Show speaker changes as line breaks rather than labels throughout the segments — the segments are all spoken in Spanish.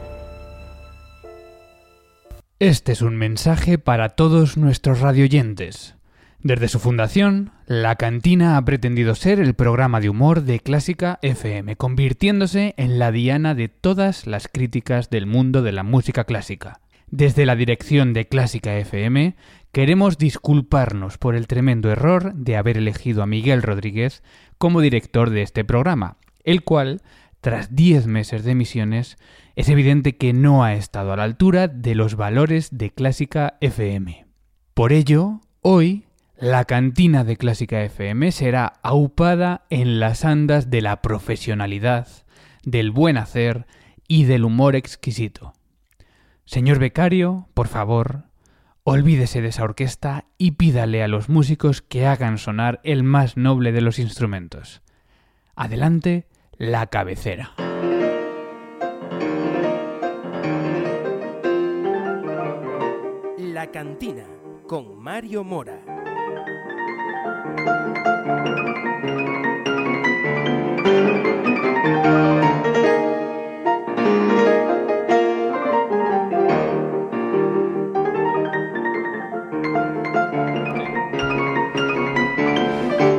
clásicafmradio.com.
Este es un mensaje para todos nuestros radioyentes. Desde su fundación, La Cantina ha pretendido ser el programa de humor de Clásica FM, convirtiéndose en la diana de todas las críticas del mundo de la música clásica. Desde la dirección de Clásica FM, queremos disculparnos por el tremendo error de haber elegido a Miguel Rodríguez como director de este programa, el cual, tras 10 meses de emisiones, es evidente que no ha estado a la altura de los valores de Clásica FM. Por ello, hoy la cantina de Clásica FM será aupada en las andas de la profesionalidad, del buen hacer y del humor exquisito. Señor becario, por favor, olvídese de esa orquesta y pídale a los músicos que hagan sonar el más noble de los instrumentos. Adelante, la cabecera.
La cantina con Mario Mora.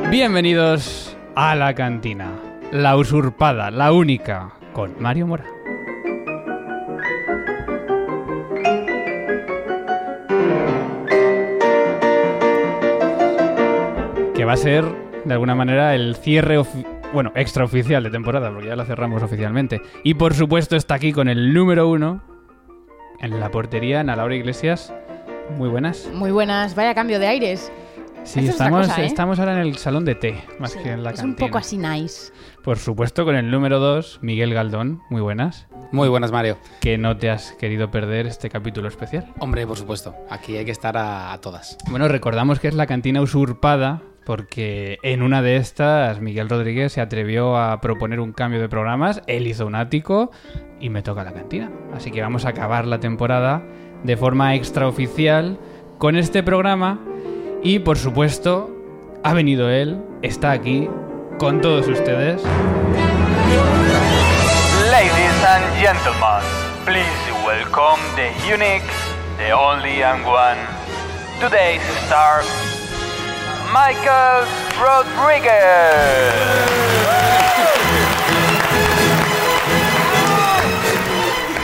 Bienvenidos a la cantina, la usurpada, la única, con Mario Mora. que va a ser de alguna manera el cierre bueno, extraoficial de temporada, porque ya la cerramos oficialmente. Y por supuesto está aquí con el número uno en la portería, Ana Laura Iglesias. Muy buenas.
Muy buenas, vaya cambio de aires.
Sí,
Eso es otra
estamos,
cosa, ¿eh?
estamos ahora en el salón de té, más
Sí,
que en la
es
cantina.
un poco así nice.
Por supuesto, con el número dos, Miguel Galdón, muy buenas.
Muy buenas, Mario.
Que no te has querido perder este capítulo especial.
Hombre, por supuesto, aquí hay que estar a, a todas.
Bueno, recordamos que es la cantina usurpada porque en una de estas Miguel Rodríguez se atrevió a proponer un cambio de programas, él hizo un ático y me toca la cantina. Así que vamos a acabar la temporada de forma extraoficial con este programa y por supuesto ha venido él, está aquí con todos ustedes.
Ladies and gentlemen, please welcome the unique, the only and one, today's star, Michael Rodriguez.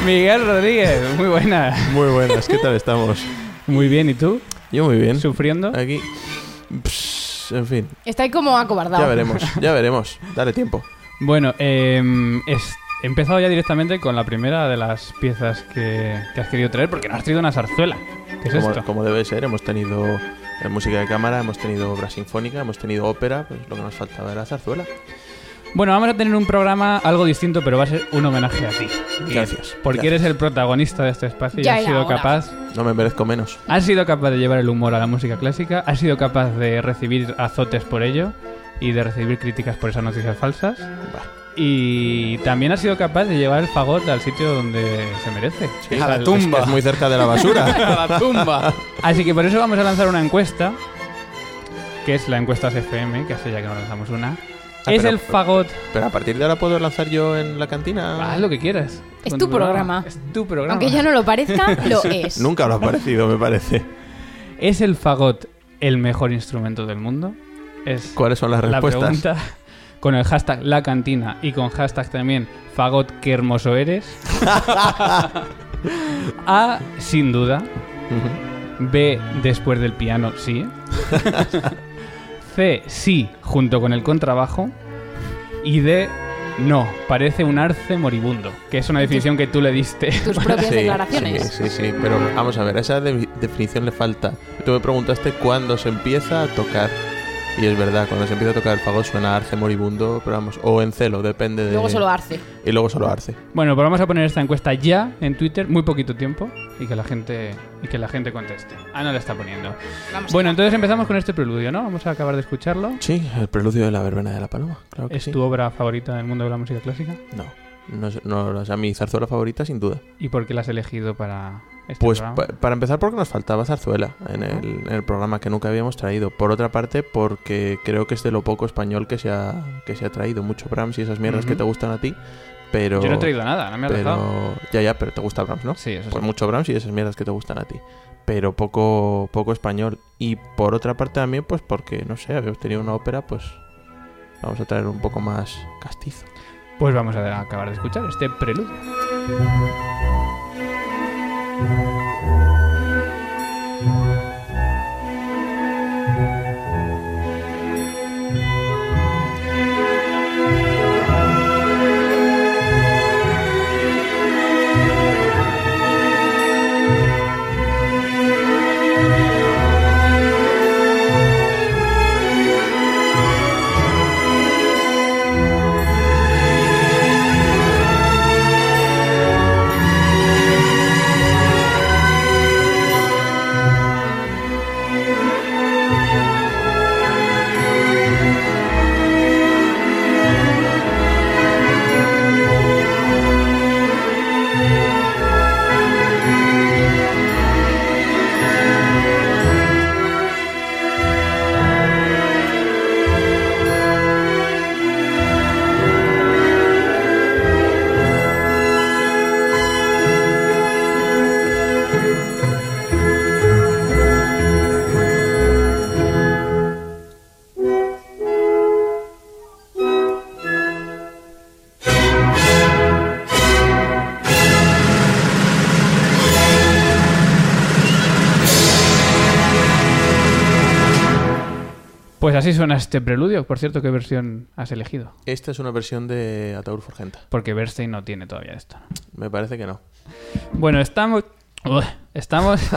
Miguel Rodríguez, muy buena.
Muy buenas, ¿qué tal estamos?
Muy bien, ¿y tú?
Yo muy bien.
¿Sufriendo?
Aquí. Pss, en fin,
Está ahí como acobardado.
ya veremos, ya veremos. Dale tiempo.
Bueno, em, es- he empezado ya directamente con la primera de las piezas que, que has querido traer, porque no has traído una zarzuela. ¿Qué es esto?
Pues Como, como debe ser, hemos tenido eh, música de cámara, hemos tenido obra sinfónica, hemos tenido ópera, pues lo que nos faltaba era zarzuela.
Bueno, vamos a tener un programa algo distinto, pero va a ser un homenaje a ti. Y-
Gracias,
Porque
gracias.
eres el protagonista de este espacio
Ya
y has
era
sido
hora.
capaz.
No me merezco menos.
Has sido capaz de llevar el humor a la música clásica, has sido capaz de recibir azotes por ello y de recibir críticas por esas noticias falsas. Y también has sido capaz de llevar el fagot al sitio donde se merece.
Sí,
A la
es-
tumba.
Es, muy cerca de la basura.
¡A la tumba!
Así que por eso vamos a lanzar una encuesta, que es la encuesta CFM, que hace ya que no lanzamos una.
Ah,
es
pero-
el fagot.
Pero a partir de ahora puedo lanzar yo en la cantina.
Haz lo que quieras.
Es
Con
tu programa.
Es tu programa.
Aunque ya no lo parezca, lo es.
Nunca lo ha parecido, me parece.
¿Es el fagot el mejor instrumento del mundo? Es
¿Cuáles son las
la
respuestas?
pregunta. Con el hashtag la cantina y con hashtag también fagot qué hermoso eres. A, sin duda.
Ujú.
B, después del piano, sí. C, sí, junto con el contrabajo. Y D, no, parece un arce moribundo, que es una definición que tú le diste.
Tus propias
Sí,
declaraciones.
Sí, sí, sí, pero vamos a ver, a esa de- definición le falta. Tú me preguntaste cuándo se empieza a tocar. Y es verdad, cuando se empieza a tocar el fagot suena arce moribundo, pero vamos, o en celo, depende de.
Luego solo arce.
Y luego solo arce.
Bueno, pues vamos a poner esta encuesta ya en Twitter, muy poquito tiempo, y que la gente, y que la gente conteste. Ah, no la está poniendo.
Vamos
Bueno, entonces empezamos con este preludio, ¿no? Vamos a acabar de escucharlo.
Sí, el preludio de la verbena de la paloma, claro que
¿Es
sí.
tu obra favorita del mundo de la música clásica?
No. No, sé- no, o sea, mi zarzuela favorita, sin duda.
¿Y por qué la has elegido para este
Pues
programa?
pa- para empezar, porque nos faltaba zarzuela en el, en el programa que nunca habíamos traído. Por otra parte, porque creo que es de lo poco español que se ha, que se ha traído. Mucho Brahms y esas mierdas
Ujú.
que te gustan a ti. Pero.
Yo no he traído nada, no me has dejado.
pero... Ya, ya, pero te gusta Brahms, ¿no?
Sí, eso
Pues
sí.
mucho Brahms y esas mierdas que te gustan a ti. Pero poco, poco español. Y por otra parte también, pues porque, no sé, habíamos tenido una ópera, pues vamos a traer un poco más castizo.
Pues vamos a acabar de escuchar este preludio. Pues así suena este preludio. Por cierto, ¿qué versión has elegido?
Esta es una versión de Ataúd Forgenta.
Porque Bernstein no tiene todavía esto. ¿no?
Me parece que no.
Bueno, estamos... Uf, estamos...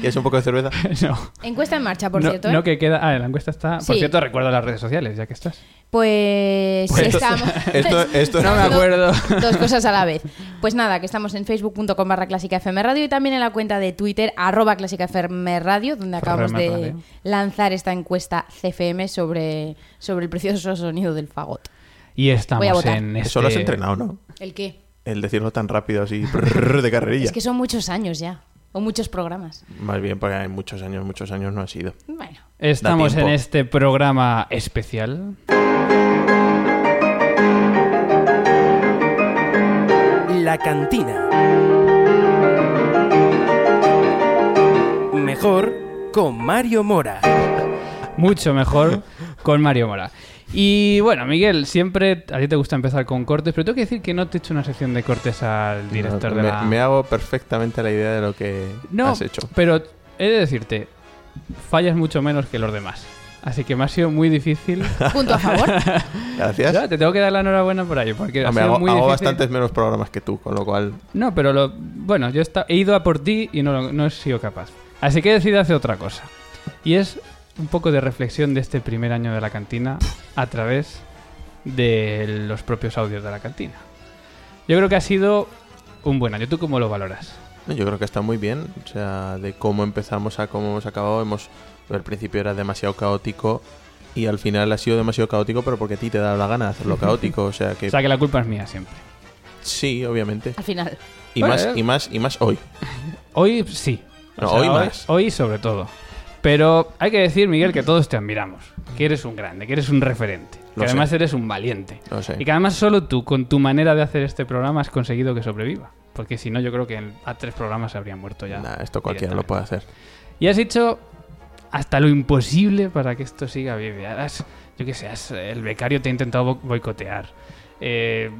¿Quieres un poco de cerveza?
no,
Encuesta en marcha, por
no,
cierto. ¿eh?
no que queda... Ah, la encuesta está... Por
Sí.
cierto, recuerda las redes sociales, ya que estás.
Pues,
Pues-
estamos.
Esto, esto
No me acuerdo.
Dos cosas a la vez. Pues nada, que estamos en facebook.com barra clásica FM Radio y también en la cuenta de Twitter arroba clásica FM Radio, donde acabamos
FM
de
Radio.
lanzar esta encuesta CFM sobre, sobre el precioso sonido del fagot.
Y estamos
votar.
en este...
Eso lo has entrenado, ¿no?
¿El qué?
El decirlo tan rápido así, prrr, de carrerilla.
Es que son muchos años ya, o muchos programas.
Más bien porque hay muchos años, muchos años no ha sido.
Bueno,
Estamos
Da
en
tiempo.
este programa especial.
La cantina. Mejor con Mario Mora.
Mucho mejor con Mario Mora. Y bueno, Miguel, siempre a ti te gusta empezar con cortes, pero tengo que decir que no te he hecho una sección de cortes al director
No,
de
me,
la...
me hago perfectamente la idea de lo que
No,
has hecho.
pero he de decirte, fallas mucho menos que los demás. Así que me ha sido muy difícil.
punto a favor.
Gracias.
No, te tengo que dar la enhorabuena por ello, porque ha
Hombre,
sido
hago,
muy
hago
difícil.
bastantes menos programas que tú, con lo cual
No, pero lo... bueno, yo he, esta- he ido a por ti y no, lo- no he sido capaz. Así que he decidido hacer otra cosa. Y es un poco de reflexión de este primer año de la cantina a través de los propios audios de la cantina. Yo creo que ha sido un buen año. ¿Tú cómo lo valoras?
No, Yo creo que está muy bien, o sea, de cómo empezamos a cómo hemos acabado, hemos al principio era demasiado caótico y al final ha sido demasiado caótico, pero porque a ti te da la gana de hacerlo caótico, o sea que
O sea, que la culpa es mía siempre.
sí, obviamente.
Al final,
Y
Bueno,
más
eh.
y más y más hoy.
Hoy sí.
No, hoy más.
Hoy sobre todo. Pero hay que decir, Miguel, que todos te admiramos. Que eres un grande, que eres un referente.
Lo
que
sé.
además eres un valiente.
No sé.
Y que además solo tú, con tu manera de hacer este programa, has conseguido que sobreviva. Porque si no, yo creo que en- a tres programas se habrían muerto ya.
Nah, Ah, esto cualquiera lo
directamente.
puede hacer.
Y has hecho hasta lo imposible para que esto siga vivo. Has- yo que sé, has- el becario te ha intentado bo- boicotear. Eh,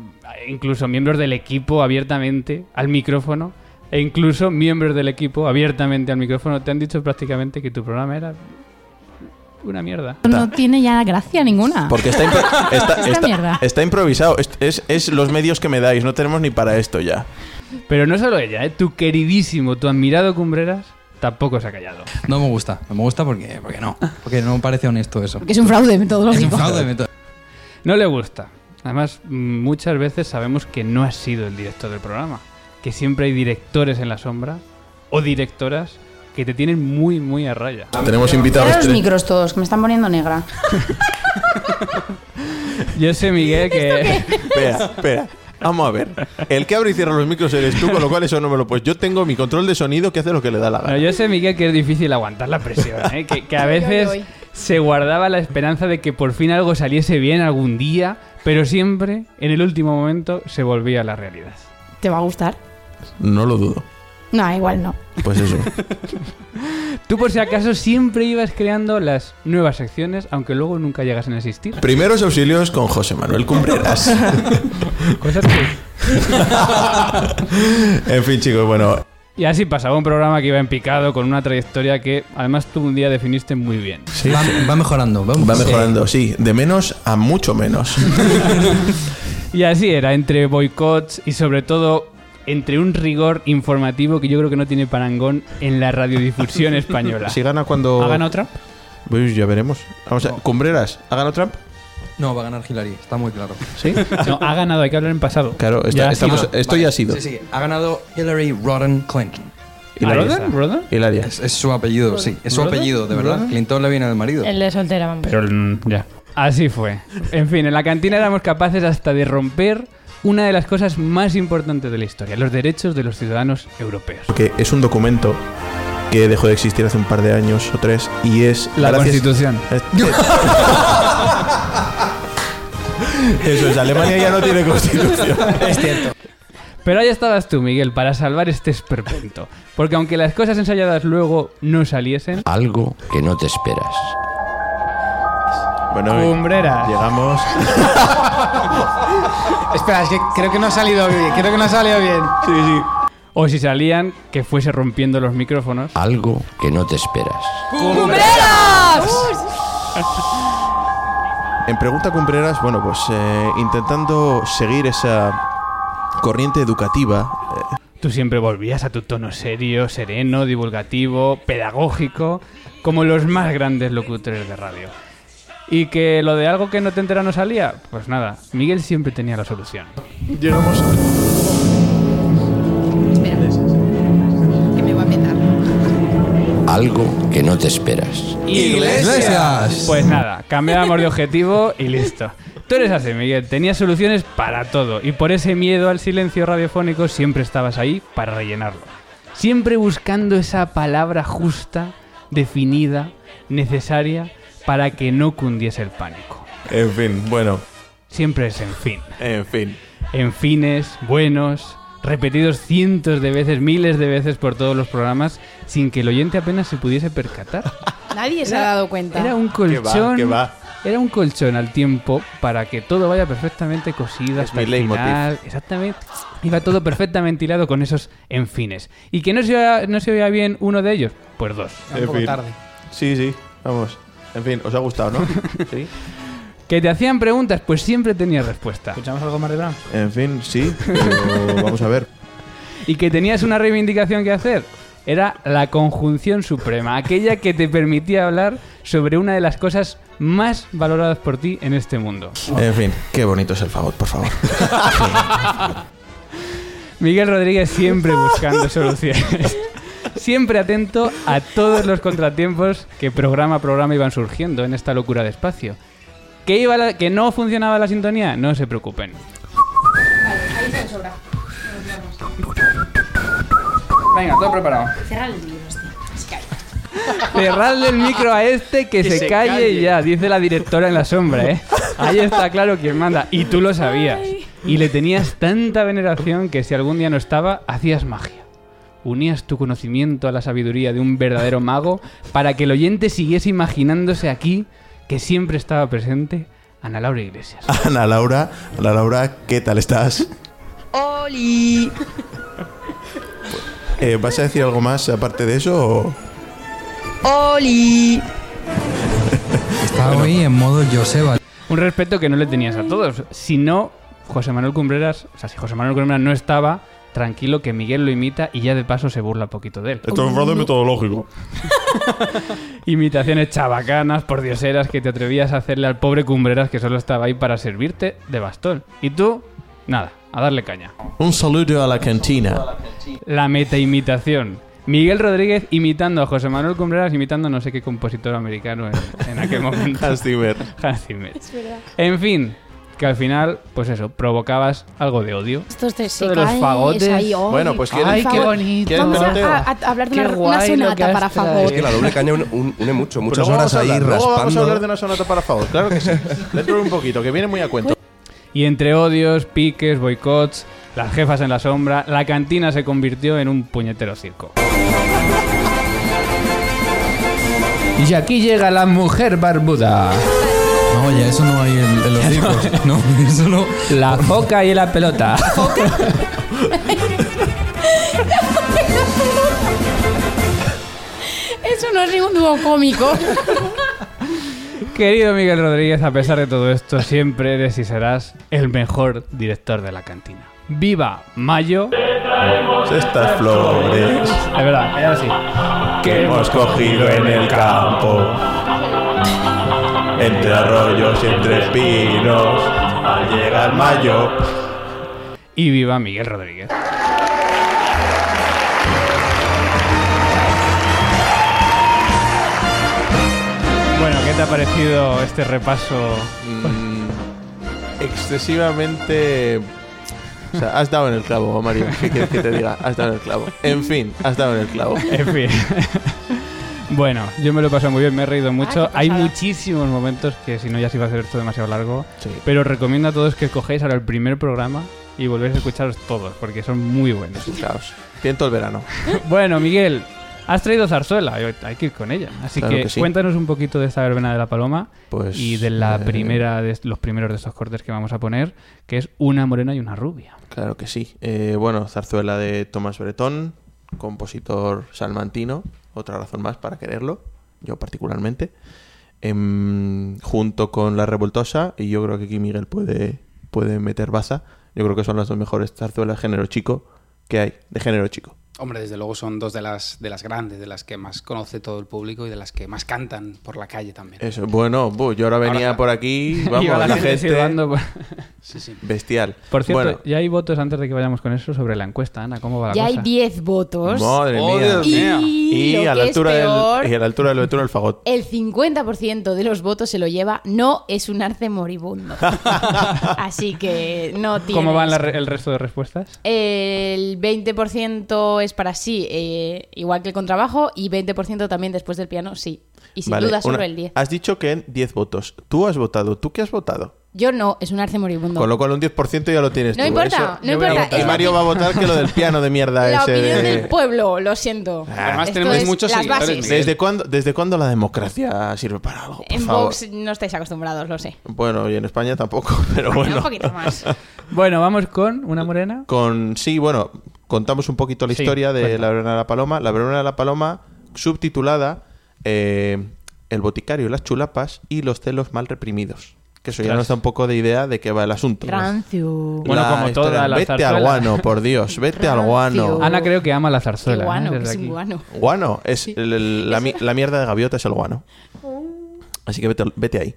incluso miembros del equipo abiertamente al micrófono. E incluso miembros del equipo abiertamente al micrófono te han dicho prácticamente que tu programa era una mierda.
no tiene ya gracia ninguna.
Porque está, impro- está,
Esta
está-
mierda.
está improvisado, es, es- es los medios que me dais, no tenemos ni para esto ya.
Pero no solo ella, ¿eh? tu queridísimo, tu admirado Cumbreras tampoco se ha callado.
No me gusta, no me gusta porque, porque no, porque no me parece honesto eso.
Porque es un fraude
Es un
metodológico.
fraude de método.
No le gusta. Además, mm, muchas veces sabemos que no has sido el director del programa. Que siempre hay directores en la sombra o directoras que te tienen muy, muy a raya.
Tenemos
Ahora
invitados
los micros todos, que me están poniendo negra.
Yo sé, Miguel, que.
Espera, espera. Vamos a ver. El que abre y cierra los micros eres tú, con lo cual eso no me lo puedes. Yo tengo mi control de sonido que hace lo que le da la
No,
gana.
yo sé, Miguel, que es difícil aguantar la presión, ¿eh? que, que a
Oy, oy,
veces
oy.
se guardaba la esperanza de que por fin algo saliese bien algún día, pero siempre, en el último momento, se volvía a la realidad.
¿Te va a gustar?
No lo dudo.
No, igual no.
Pues eso.
Tú, por si acaso, siempre ibas creando las nuevas secciones, aunque luego nunca llegasen a existir.
Primeros auxilios con José Manuel Cumbreras.
Cosas que-
en fin, chicos, bueno.
Y así pasaba un programa que iba en picado, con una trayectoria que, además, tú un día definiste muy bien.
sí,
Va,
sí.
va mejorando, va,
Va mejorando, sí. De menos a mucho menos.
Y así era, entre boicots y sobre todo entre un rigor informativo que yo creo que no tiene parangón en la radiodifusión española.
Si gana cuando.
¿Hagan otra?
Pues ya veremos. Vamos a... Cumbreras, ¿ha ganado Trump?
No, va a ganar Hillary, está muy claro.
Sí.
No, ha ganado, hay que hablar en pasado.
Claro, está-
Ya,
estamos-
sí,
esto ya ha sido.
Sí, sí, ha ganado Hillary Rodham Clinton.
¿A
Hilaria.
Rodan? ¿Rodan?
Hilaria.
Es, es su apellido, sí, es su
¿Rodham?
apellido, de verdad.
¿Rodham?
Clinton le viene del marido.
El de soltera, vamos.
Pero mm, ya. Así fue. En fin, en la cantina éramos capaces hasta de romper una de las cosas más importantes de la historia, los derechos de los ciudadanos europeos.
Porque es un documento que dejó de existir hace un par de años o tres y es.
La
gracias-
Constitución.
Eso es, Alemania ya no tiene constitución.
Pero ahí estabas tú, Miguel, para salvar este esperpento. Porque aunque las cosas ensayadas luego no saliesen,
Algo que no te esperas.
Ah, Bueno,
cumbreras.
llegamos.
Espera, es que creo que no ha salido bien. Creo que no ha salido bien.
O si salían, que fuese rompiendo los micrófonos.
Algo que no te esperas.
En Pregunta Cumbreras, bueno, pues eh, intentando seguir esa corriente educativa. eh,
Tú siempre volvías a tu tono serio, sereno, divulgativo, pedagógico, como los más grandes locutores de radio. Y que lo de algo que no te entera no salía, pues nada, Miguel siempre tenía la solución.
llegamos.
Que me va a petar.
Algo que no te esperas.
¡Iglesias!
Pues nada, cambiábamos de objetivo y listo. Tú eres así, Miguel, tenías soluciones para todo y por ese miedo al silencio radiofónico siempre estabas ahí para rellenarlo. Siempre buscando esa palabra justa, definida, necesaria para que no cundiese el pánico.
eh. En fin, bueno,
Siempre es en fin.
en fin.
En fines, buenos, repetidos cientos de veces, miles de veces por todos los programas sin que el oyente apenas se pudiese percatar.
Nadie se ha dado cuenta.
Era un
Que va,
colchón.
que va.
Era un colchón al tiempo para que todo vaya perfectamente cosido
Es
hasta
mi
el
leitmotiv.
final. Exactamente. Iba todo perfectamente hilado con esos enfines. ¿Y que no se, oía, no se oía bien uno de ellos? Pues dos.
En fin. Sí, sí, vamos. En fin, os ha gustado, ¿no? sí.
¿Que te hacían preguntas? Pues siempre tenías respuesta. ¿Escuchamos algo más de Brown?
En fin, sí. pero vamos a ver.
¿Y que tenías una reivindicación que hacer? Era la conjunción suprema, aquella que te permitía hablar sobre una de las cosas más valoradas por ti en este mundo.
En fin, qué bonito es el fagot, por favor.
Miguel Rodríguez siempre buscando soluciones. Siempre atento a todos los contratiempos que programa a programa iban surgiendo en esta locura de espacio. ¿Que, iba la- ¿Que no funcionaba la sintonía? No se preocupen. Venga, todo preparado. Cerradle el micro a este que, se, calle, ya, dice la directora en la sombra, ¿eh? Ahí está claro quién manda. Y tú lo sabías. Y le tenías tanta veneración que si algún día no estaba, hacías magia. Unías tu conocimiento a la sabiduría de un verdadero mago para que el oyente siguiese imaginándose aquí que siempre estaba presente Ana Laura Iglesias.
Ana Laura, Ana Laura, ¿qué tal estás?
¡Oli!
Eh, ¿Vas a decir algo más aparte de eso? o-
¡Oli!
Está hoy en modo Joseba.
Un respeto que no le tenías a todos. Si no, José Manuel Cumbreras, o sea, si José Manuel Cumbreras no estaba, tranquilo que Miguel lo imita y ya de paso se burla poquito de él.
Esto es un fraude metodológico.
Imitaciones chabacanas, por dioseras, que te atrevías a hacerle al pobre Cumbreras que solo estaba ahí para servirte de bastón. Y tú, nada, a darle caña.
Un saludo a la cantina.
La metaimitación. Miguel Rodríguez imitando a José Manuel Cumbreras, imitando no sé qué compositor americano en, en aquel momento.
Hans Zimmer.
Hans Zimmer. En fin, que al final, pues eso, provocabas algo de odio.
Estos te- se
Esto de los
caen,
fagotes.
es ahí, ¡ay!
Bueno, pues
Por
¿quieres-
favor,
bonito.
¿Quieres
Vamos
peloteo?
a, a- a hablar de
Qué
una, una
guay lo que
sonata,
has
para
traído.
favor.
Es
Es que la doble caña un- un- une mucho,
Pues
muchas
luego
horas
vamos a
ahí
hablar- luego vamos a hablar de
raspando.
una sonata para favor, claro que sí. Dentro de un poquito, que viene muy a cuento.
Y entre odios, piques, boicots, las jefas en la sombra, la cantina se convirtió en un puñetero circo. Y aquí llega la mujer barbuda,
No, ya eso no hay en, en los discos. No, eso no.
la foca y la pelota.
Eso no es ningún dúo cómico.
Querido Miguel Rodríguez, a pesar de todo esto, siempre eres y serás el mejor director de la cantina. ¡Viva Mayo!
Estas flores
Es verdad, era así.
que hemos cogido en el campo, entre arroyos y entre pinos, al llegar mayo.
Y viva Miguel Rodríguez. Bueno, ¿qué te ha parecido este repaso?
Mm, excesivamente. O sea, has dado en el clavo, Mario. ¿Qué quieres que te diga? Has dado en el clavo. En fin, has dado en el clavo.
En fin. bueno, yo me lo he pasado muy bien, me he reído mucho.
qué
Hay
pasada.
muchísimos momentos que si no ya se iba a hacer esto demasiado largo.
Sí.
Pero os recomiendo a todos que cogáis ahora el primer programa y volvéis a escucharos todos, porque son muy buenos.
Es un caos. Tiene todo el verano.
Bueno, Miguel, has traído zarzuela, hay que ir con ella. Así
Claro
que,
que sí.
cuéntanos un poquito de esta verbena de la paloma
Pues,
y de la
eh,
primera de los primeros de estos cortes que vamos a poner, que es una morena y una rubia.
Claro que sí. Eh, bueno, zarzuela de Tomás Bretón, compositor salmantino, otra razón más para quererlo, yo particularmente. Em, junto con La Revoltosa, y yo creo que aquí Miguel puede, puede meter baza, yo creo que son las dos mejores zarzuelas de género chico que hay, de género chico.
Hombre, desde luego son dos de las, de las grandes, de las que más conoce todo el público y de las que más cantan por la calle también.
Eso, bueno, bu, yo ahora venía
Ahora-
por aquí, vamos,
Iba
la, gente,
silbando por...
Sí, sí.
bestial.
Por cierto,
Bueno,
ya hay votos antes de que vayamos con eso sobre la encuesta, Ana, ¿cómo va la
Ya hay
cosa?
10 votos.
madre
Oh,
mía.
Dios
Y,
mío.
Y,
lo
a la
que
altura
es peor,
del, y a la altura del del fagot.
el 50% de los votos se lo lleva no es un arce moribundo. Así que no tiene.
¿Cómo van la re- el resto de respuestas?
El 20% es para sí, eh, igual que el contrabajo, y 20% también después del piano, sí. Y sin
Vale,
duda solo
una-
el 10.
Has dicho que en 10 votos. Tú has votado. ¿Tú qué has votado?
Yo no, es un arce moribundo.
Con lo cual un 10% ya lo tienes
No
tú. ¿eh?
importa,
Eso-
no
yo voy a
importa,
votar.
es
Y Mario
opi-
va a votar que lo del piano de mierda
la
ese
opinión
de-
del pueblo, lo siento.
Ah,
Además
Esto
tenemos
es
muchos
las
seguidores,
bases.
Miguel.
¿Desde cuándo, ¿Desde cuándo la democracia sirve para algo? Por
En
favor.
Vox no estáis acostumbrados, lo sé.
Bueno, y en España tampoco, pero bueno.
Un poquito más.
Bueno, vamos con una morena.
Con sí, bueno, contamos un poquito la
Sí,
historia de
cuenta.
La Verona de la Paloma. La Verona de la Paloma, subtitulada eh, El boticario y las chulapas y los celos mal reprimidos. Que eso ya
Ostras.
nos da un poco de idea de qué va el asunto.
Rancio.
Bueno, como
historia-
todas las
Vete al
zarzuelas.
guano, por Dios, vete al guano.
Rancio.
Ana creo que ama la
Qué
zarzuela. ¿eh?
guano,
Desde
es un
aquí.
guano.
Guano, es el- el- la, mi- la mierda de gaviota es el guano. Así que vete, vete ahí.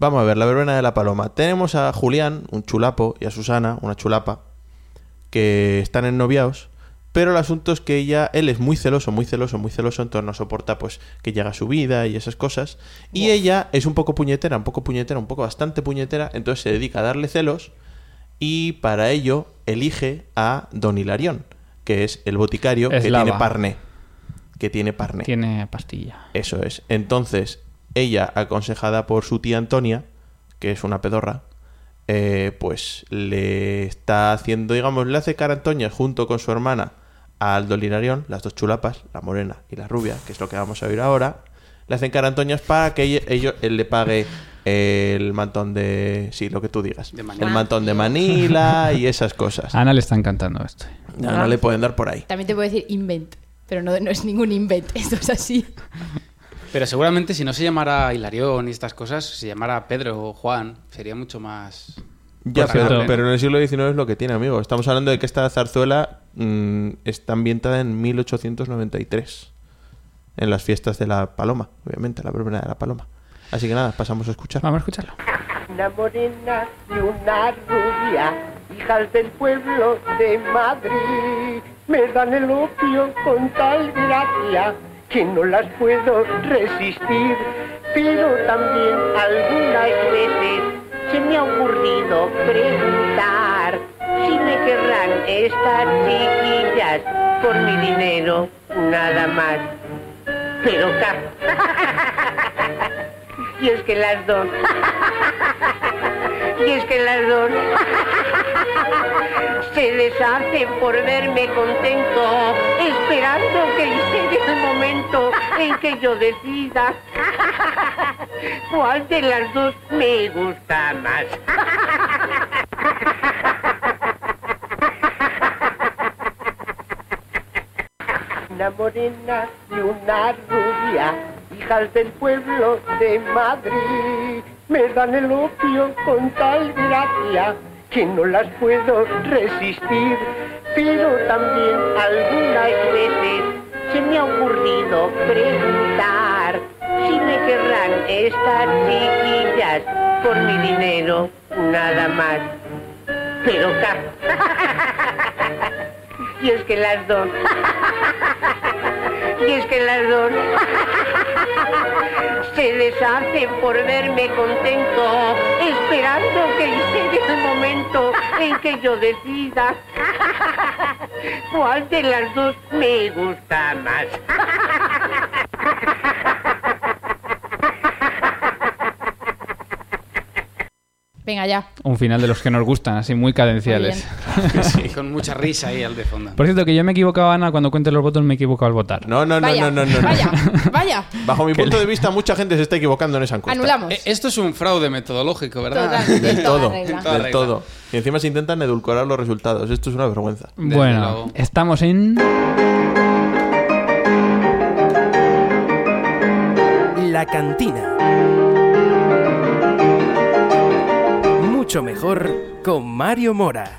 Vamos a ver, la verbena de la paloma. Tenemos a Julián, un chulapo, y a Susana, una chulapa, que están ennoviados. Pero el asunto es que ella, él es muy celoso, muy celoso, muy celoso, entonces no soporta pues que llega su vida y esas cosas. Y ella es un poco puñetera, un poco puñetera, un poco bastante puñetera, entonces se dedica a darle celos y para ello elige a Don Hilarión, que es el boticario que
Eslava.
tiene parné. Que tiene parné.
Tiene pastilla.
Eso es. Entonces, ella, aconsejada por su tía Antonia, que es una pedorra, eh, pues le está haciendo, digamos, le hace cara a Antonia junto con su hermana al Dolinarión, las dos chulapas, la morena y la rubia, que es lo que vamos a oír ahora, le hacen cara a Antonia para que ella- ello- él le pague el mantón de... Sí, lo que tú digas.
De Manila.
el mantón de Manila y esas cosas.
A Ana le está encantando esto.
No, no le pueden dar por ahí.
Ah. También te puedo decir invent, pero no, no es ningún invent, esto es así.
Pero seguramente si no se llamara Hilarión y estas cosas, si se llamara Pedro o Juan, sería mucho más...
Ya,
Por
pero,
cierto.
pero en el siglo XIX es lo que tiene, amigo. Estamos hablando de que esta zarzuela mm, está ambientada en 1893. En las fiestas de la Paloma, obviamente, la verbena de la Paloma. Así que nada, pasamos a escuchar.
Vamos a escucharlo.
Una morena y una rubia, hijas del pueblo de Madrid, me dan el opio con tal gracia que no las puedo resistir, pero también algunas veces se me ha ocurrido preguntar si me querrán estas chiquillas por mi dinero nada más. Pero ca... y es que las dos... y es que las dos... se deshacen por verme contento, esperando que llegue el momento en que yo decida cuál de las dos me gusta más. Una morena y una rubia, hijas del pueblo de Madrid, me dan el opio con tal gracia que no las puedo resistir, pero también algunas veces se me ha ocurrido preguntar si me querrán estas chiquillas por mi dinero nada más. Pero ca... y es que las dos... y es que las dos... se deshacen por verme contento, esperando que llegue el momento en que yo decida cuál de las dos me gusta más.
Venga, ya.
Un final de los que nos gustan, así muy cadenciales.
Sí, con mucha risa ahí al de fondo.
Por cierto, que yo me he equivocado, Ana, cuando cuente los votos me he equivocado al votar.
No, no, no,
Vaya,
no, no, no.
vaya, vaya.
Bajo mi punto de vista, mucha gente se está equivocando en esa encuesta.
Anulamos.
Eh, Esto es un fraude metodológico, ¿verdad?
Total.
Del
toda
todo,
regla.
Toda
del
regla.
todo. Y encima se intentan edulcorar los resultados. Esto es una vergüenza.
Desde
bueno,
luego.
estamos en...
La cantina. Mucho mejor con Mario Mora.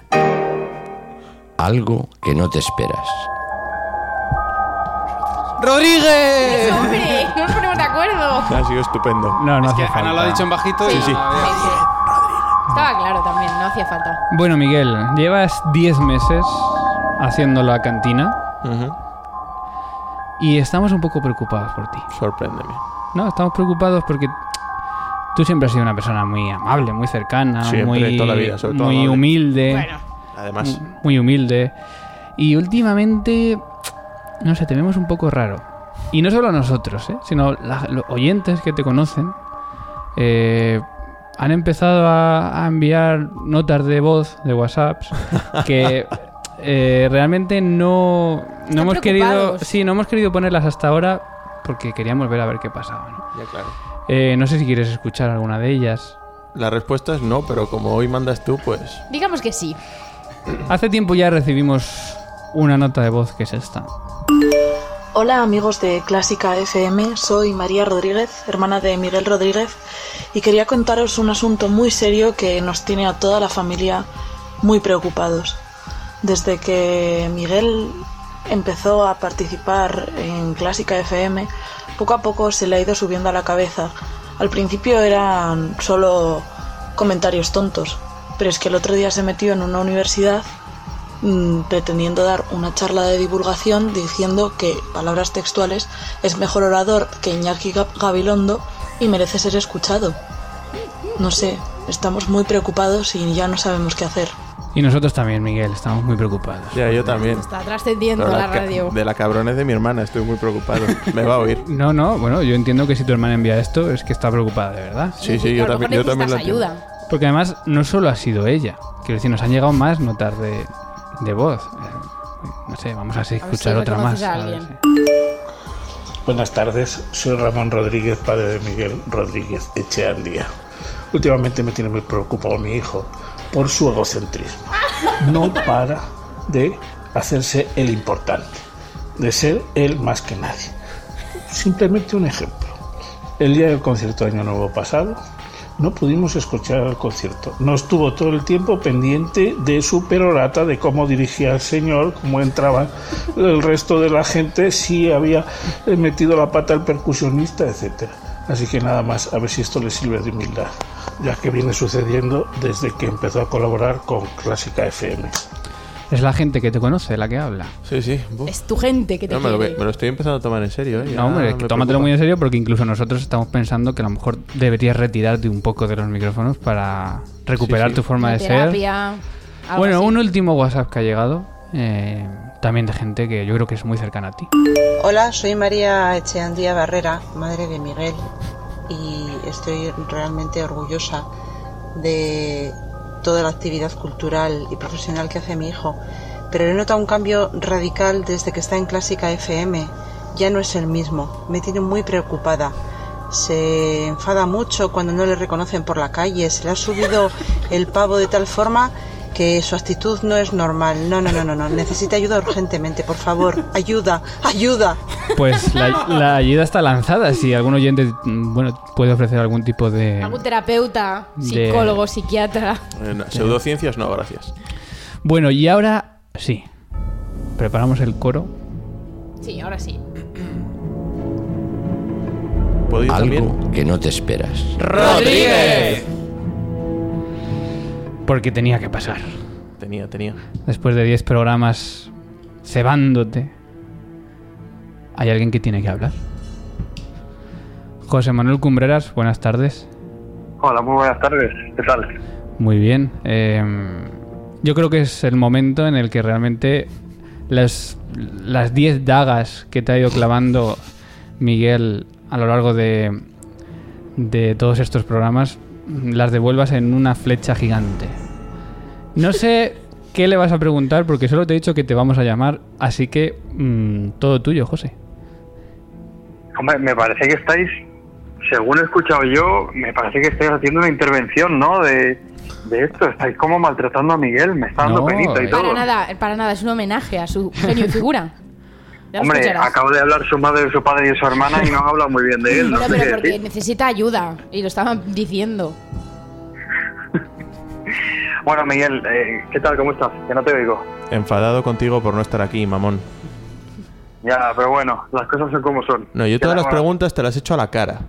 Algo que no te esperas.
¡Eh!
¡Rodríguez!
Hombre, no nos ponemos de acuerdo.
Ha sido estupendo.
No, no
Es que
hace falta.
Ana lo ha dicho en bajito y...
Sí, sí.
Ah,
Estaba claro también, no hacía falta.
Bueno, Miguel, llevas 10 meses haciendo la cantina
Ujú.
y estamos un poco preocupados por ti.
Sorpréndeme.
No, estamos preocupados porque tú siempre has sido una persona muy amable, muy cercana,
Siempre,
muy,
toda la vida, sobre todo
muy
amable.
humilde,
Además,
mu- muy humilde. Y últimamente, no sé, te vemos un poco raro. Y no solo nosotros, ¿eh? sino la- los oyentes que te conocen eh, han empezado a, a enviar notas de voz, de WhatsApps, que eh, realmente no, no hemos querido,
preocupados.
sí, no hemos querido ponerlas hasta ahora porque queríamos ver a ver qué pasaba. ¿no?
ya claro.
Eh, no sé si quieres escuchar alguna de ellas.
La respuesta es no, pero como hoy mandas tú, pues.
Digamos que sí.
Hace tiempo ya recibimos una nota de voz que es esta.
Hola amigos de Clásica FM, soy María Rodríguez, hermana de Miguel Rodríguez, y quería contaros un asunto muy serio que nos tiene a toda la familia muy preocupados. Desde que Miguel empezó a participar en Clásica FM, poco a poco se le ha ido subiendo a la cabeza. Al principio eran solo comentarios tontos, pero es que el otro día se metió en una universidad mm, pretendiendo dar una charla de divulgación diciendo que, palabras textuales, es mejor orador que Iñaki Gab- Gabilondo y merece ser escuchado. No sé, estamos muy preocupados y ya no sabemos qué hacer.
Y nosotros también, Miguel, estamos muy preocupados.
Ya, yo también.
Está trascendiendo
Pero
la
la ca-
radio.
de la cabrones de mi hermana, estoy muy preocupado. Me va a oír.
No, no, bueno, yo entiendo que si tu hermana envía esto es que está preocupada de verdad.
Sí, sí, yo
a lo
también,
mejor
yo también lo
necesitas
entiendo.
ayuda.
Porque además no solo ha sido ella. Quiero decir, nos han llegado más notas de, de voz. Eh, No sé, vamos a escuchar
si
otra más.
reconoces a
a ver
alguien.
si-
Buenas tardes, soy Ramón Rodríguez, padre de Miguel Rodríguez Echeandía. Últimamente me tiene muy preocupado mi hijo por su egocentrismo. No para de hacerse el importante, de ser él más que nadie. Simplemente un ejemplo. El día del concierto de Año Nuevo pasado, no pudimos escuchar el concierto. No estuvo todo el tiempo pendiente de su perorata, de cómo dirigía el señor, cómo entraba el resto de la gente, si había eh, metido la pata el percusionista, etcétera. Así que nada más, a ver si esto le sirve de humildad, ya que viene sucediendo desde que empezó a colaborar con Clásica FM.
Es la gente que te conoce la que habla.
Sí, sí.
Es tu gente que te
No, me, lo,
quiere.
ve- me lo estoy empezando a tomar en serio, ¿eh? Ya
No, hombre, es
me
que tómatelo
preocupa.
muy en serio porque incluso nosotros estamos pensando que a lo mejor deberías retirarte un poco de los micrófonos para recuperar
sí.
tu forma de ser.
Terapia. algo
Bueno,
así.
un último WhatsApp que ha llegado, eh, también de gente que yo creo que es muy cercana a ti.
Hola, soy María Echeandía Barrera, madre de Miguel, y estoy realmente orgullosa de toda la actividad cultural y profesional que hace mi hijo. Pero he notado un cambio radical desde que está en Clásica FM. Ya no es el mismo. Me tiene muy preocupada. Se enfada mucho cuando no le reconocen por la calle. Se le ha subido el pavo de tal forma que su actitud no es normal. No, no, no, no, no. Necesita ayuda urgentemente, por favor. Ayuda, ayuda.
Pues la, la ayuda está lanzada. Si algún oyente mm, bueno, puede ofrecer algún tipo de.
Algún terapeuta,
de-
psicólogo, psiquiatra.
Eh, no, pseudociencias, no, gracias.
Bueno, y ahora sí. Preparamos el coro.
Sí, ahora sí.
Algo que no te esperas.
¡Rodríguez! Porque tenía que pasar.
Tenía, tenía.
Después de 10 programas cebándote, hay alguien que tiene que hablar. José Manuel Cumbreras, buenas tardes.
Hola, muy buenas tardes. ¿Qué tal?
Muy bien. eh, yo creo que es el momento en el que realmente las las 10 dagas que te ha ido clavando Miguel a lo largo de, de todos estos programas las devuelvas en una flecha gigante. No sé qué le vas a preguntar porque solo te he dicho que te vamos a llamar, así que mm, todo tuyo, José.
Hombre, me parece que estáis, según he escuchado yo, me parece que estáis haciendo una intervención, ¿no? De, de esto. Estáis como maltratando a Miguel, me está dando
No,
penita y
eh.
Para
todo.
nada, para nada, es un homenaje a su genio y figura. Ya lo
Hombre,
escucharás.
acabo de hablar su madre, su padre y su hermana y no han hablado muy bien de él. No
Bueno,
sé qué
pero porque
decir.
necesita ayuda y lo estaban diciendo.
Bueno, Miguel, eh, ¿qué tal? ¿Cómo estás? Que no te oigo.
Enfadado contigo por no estar aquí, mamón.
Ya, pero bueno, las cosas son como son.
No, yo
Que
todas
la-
las preguntas te las he hecho a la cara.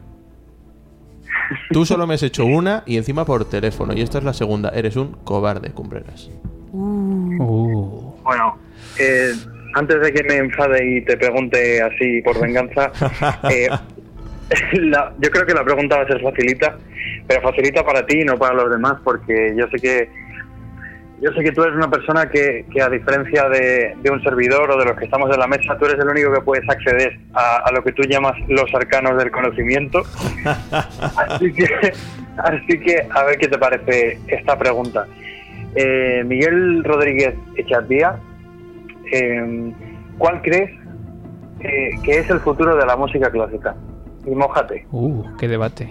Tú solo me has hecho una y encima por teléfono. Y esta es la segunda. Eres un cobarde, cumbreras.
Mm.
Uh.
Bueno, eh, antes de que me enfade y te pregunte así por venganza, eh, la- yo creo que la pregunta va a ser facilita, pero facilita para ti y no para los demás, porque yo sé que yo sé que tú eres una persona que, que a diferencia de, de un servidor o de los que estamos en la mesa, tú eres el único que puedes acceder a, a lo que tú llamas los arcanos del conocimiento. Así que, así que a ver qué te parece esta pregunta. Eh, Miguel Rodríguez Echardía, eh, ¿cuál crees eh, que es el futuro de la música clásica? Y mojate.
Uh, qué debate.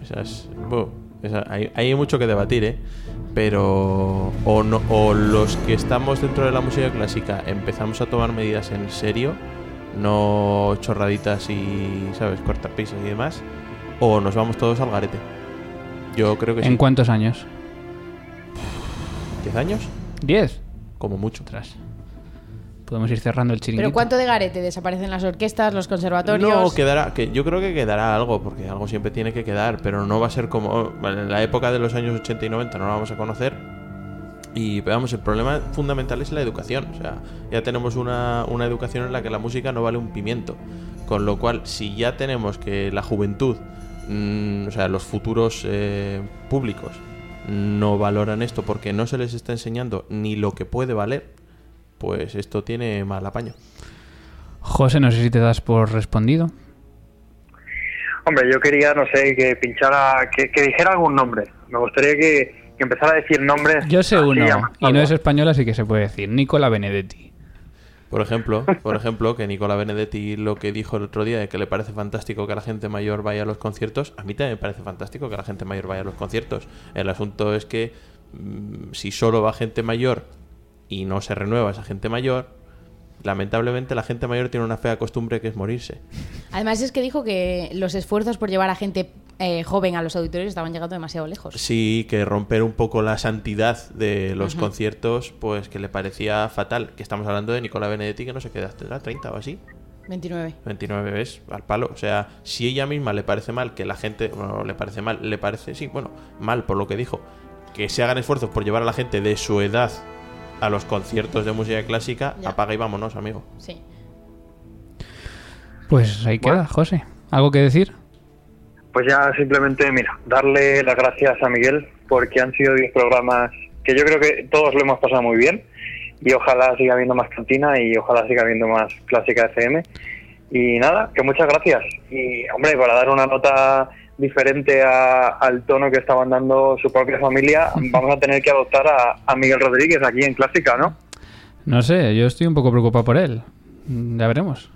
Esa es- bu, esa- hay, hay mucho que debatir, ¿eh? Pero o, no, o los que estamos dentro de la música clásica empezamos a tomar medidas en serio, no chorraditas y, ¿sabes?, cortapisas y demás, o nos vamos todos al garete. Yo creo que Pues
¿En
sí.
cuántos años?
¿10 años?
¿10?
Como mucho.
Podemos ir cerrando el chiringuito.
Pero ¿cuánto de garete? ¿Desaparecen las orquestas, los conservatorios?
No, quedará, que yo creo que quedará algo, porque algo siempre tiene que quedar, pero no va a ser como oh, vale, en la época de los años 80 y 90 no la vamos a conocer. Y pero vamos, el problema fundamental es la educación. O sea, ya tenemos una, una educación en la que la música no vale un pimiento. Con lo cual, si ya tenemos que la juventud, mm, o sea, los futuros eh, públicos, no valoran esto porque no se les está enseñando ni lo que puede valer, pues esto tiene mal apaño.
José, no sé si te das por respondido.
Hombre, yo quería, no sé, que pinchara, que, que dijera algún nombre. Me gustaría que, que empezara a decir nombres.
Yo sé
así
uno,
a más
y no es español, así que se puede decir. Nicola Benedetti.
Por ejemplo, por ejemplo, que Nicola Benedetti lo que dijo el otro día de que le parece fantástico que la gente mayor vaya a los conciertos, a mí también me parece fantástico que la gente mayor vaya a los conciertos. El asunto es que mm, si solo va gente mayor y no se renueva esa gente mayor, lamentablemente la gente mayor tiene una fea costumbre que es morirse.
Además es que dijo que los esfuerzos por llevar a gente eh, joven a los auditorios estaban llegando demasiado lejos.
Sí, que romper un poco la santidad de los
Ujú.
conciertos, pues que le parecía fatal. Que estamos hablando de Nicola Benedetti que no se queda hasta 30 o así.
29.
29 ves al palo. O sea, si ella misma le parece mal que la gente. Bueno, le parece mal, le parece, sí, bueno, mal por lo que dijo. que se hagan esfuerzos por llevar a la gente de su edad a los conciertos de música clásica, apaga y vámonos, amigo.
Sí.
Pues ahí queda, José. ¿Algo que decir?
Pues ya simplemente, mira, darle las gracias a Miguel porque han sido 10 programas que yo creo que todos lo hemos pasado muy bien y ojalá siga habiendo más cantina y ojalá siga habiendo más clásica FM. Y nada, que muchas gracias. Y hombre, para dar una nota diferente a- al tono que estaban dando su propia familia, vamos a tener que adoptar a, a Miguel Rodríguez aquí en Clásica, ¿no?
No sé, yo estoy un poco preocupado por él. Mm, Ya veremos.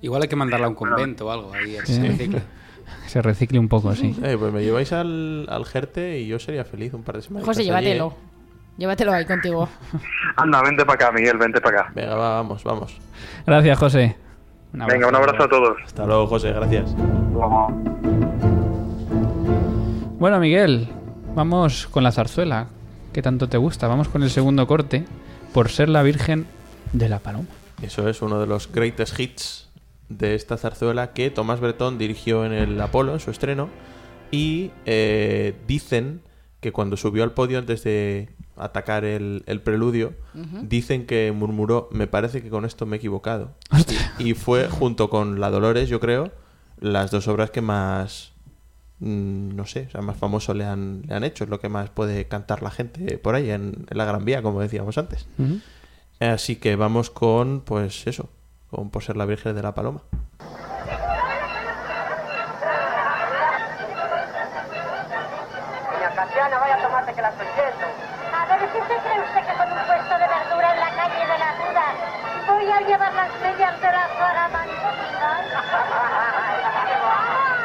Igual hay que mandarla a un convento o algo ahí. al
Eh,
ciclo.
que se recicle un poco, sí.
Eh, pues me lleváis al, al Jerte y yo sería feliz un par de ¿eh? semanas.
José, llévatelo. Llévatelo ahí contigo.
Anda, vente para acá, Miguel, vente para acá.
Venga, va, vamos, vamos.
Gracias, José.
Venga, un abrazo a todos.
Hasta luego, José, gracias.
Bueno, Miguel, vamos con la zarzuela, que tanto te gusta. Vamos con el segundo corte, por ser la Virgen de la Paloma.
Eso es uno de los greatest hits de esta zarzuela que Tomás Bretón dirigió en el Apolo, en su estreno. Y eh, dicen que cuando subió al podio antes de atacar el, el preludio,
Ujú.
dicen que murmuró, me parece que con esto me he equivocado. Y fue, junto con La Dolores, yo creo, las dos obras que más, mm, no sé, o sea, más famoso le han, le han hecho. Es lo que más puede cantar la gente por ahí, en- en la Gran Vía, como decíamos antes.
Ujú.
Así que vamos con, pues eso, con por ser la Virgen de la Paloma.
Doña Catiana, vaya a tomarse que la estoy yendo. A ver, ¿qué se cree usted que con un puesto de verdura en la calle de la duda voy a llevar las medias de la Zara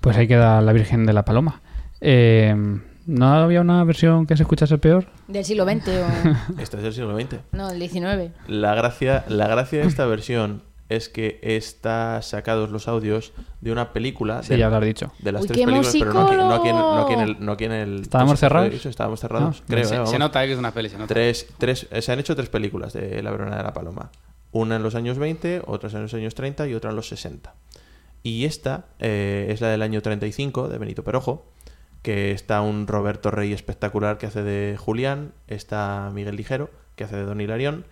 Pues ahí queda la Virgen de la Paloma. Eh, ¿No había una versión que se escuchase peor?
Del siglo XX o...
Este es el siglo XX.
No, del XIX.
La gracia, la gracia de esta versión es que está sacados los audios de una película.
Sí,
de,
ya lo has dicho.
De las
Uy,
tres
qué
películas, pero no aquí, no aquí en- no aquí en el.
musicólogo.
no aquí en el-
¿Estábamos
pues,
cerrados?
eso, estábamos cerrados,
No.
creo.
Se-
eh,
se
vamos.
nota, eh, que es una peli, se nota.
Tres, tres, eh, se han hecho tres películas de La Verona de la Paloma. Una en los años 20, otra en los años 30 y otra en los 60. Y esta eh, es la del año 35 de Benito Perojo, que está un Roberto Rey espectacular que hace de Julián, está Miguel Ligero, que hace de Don Hilarión,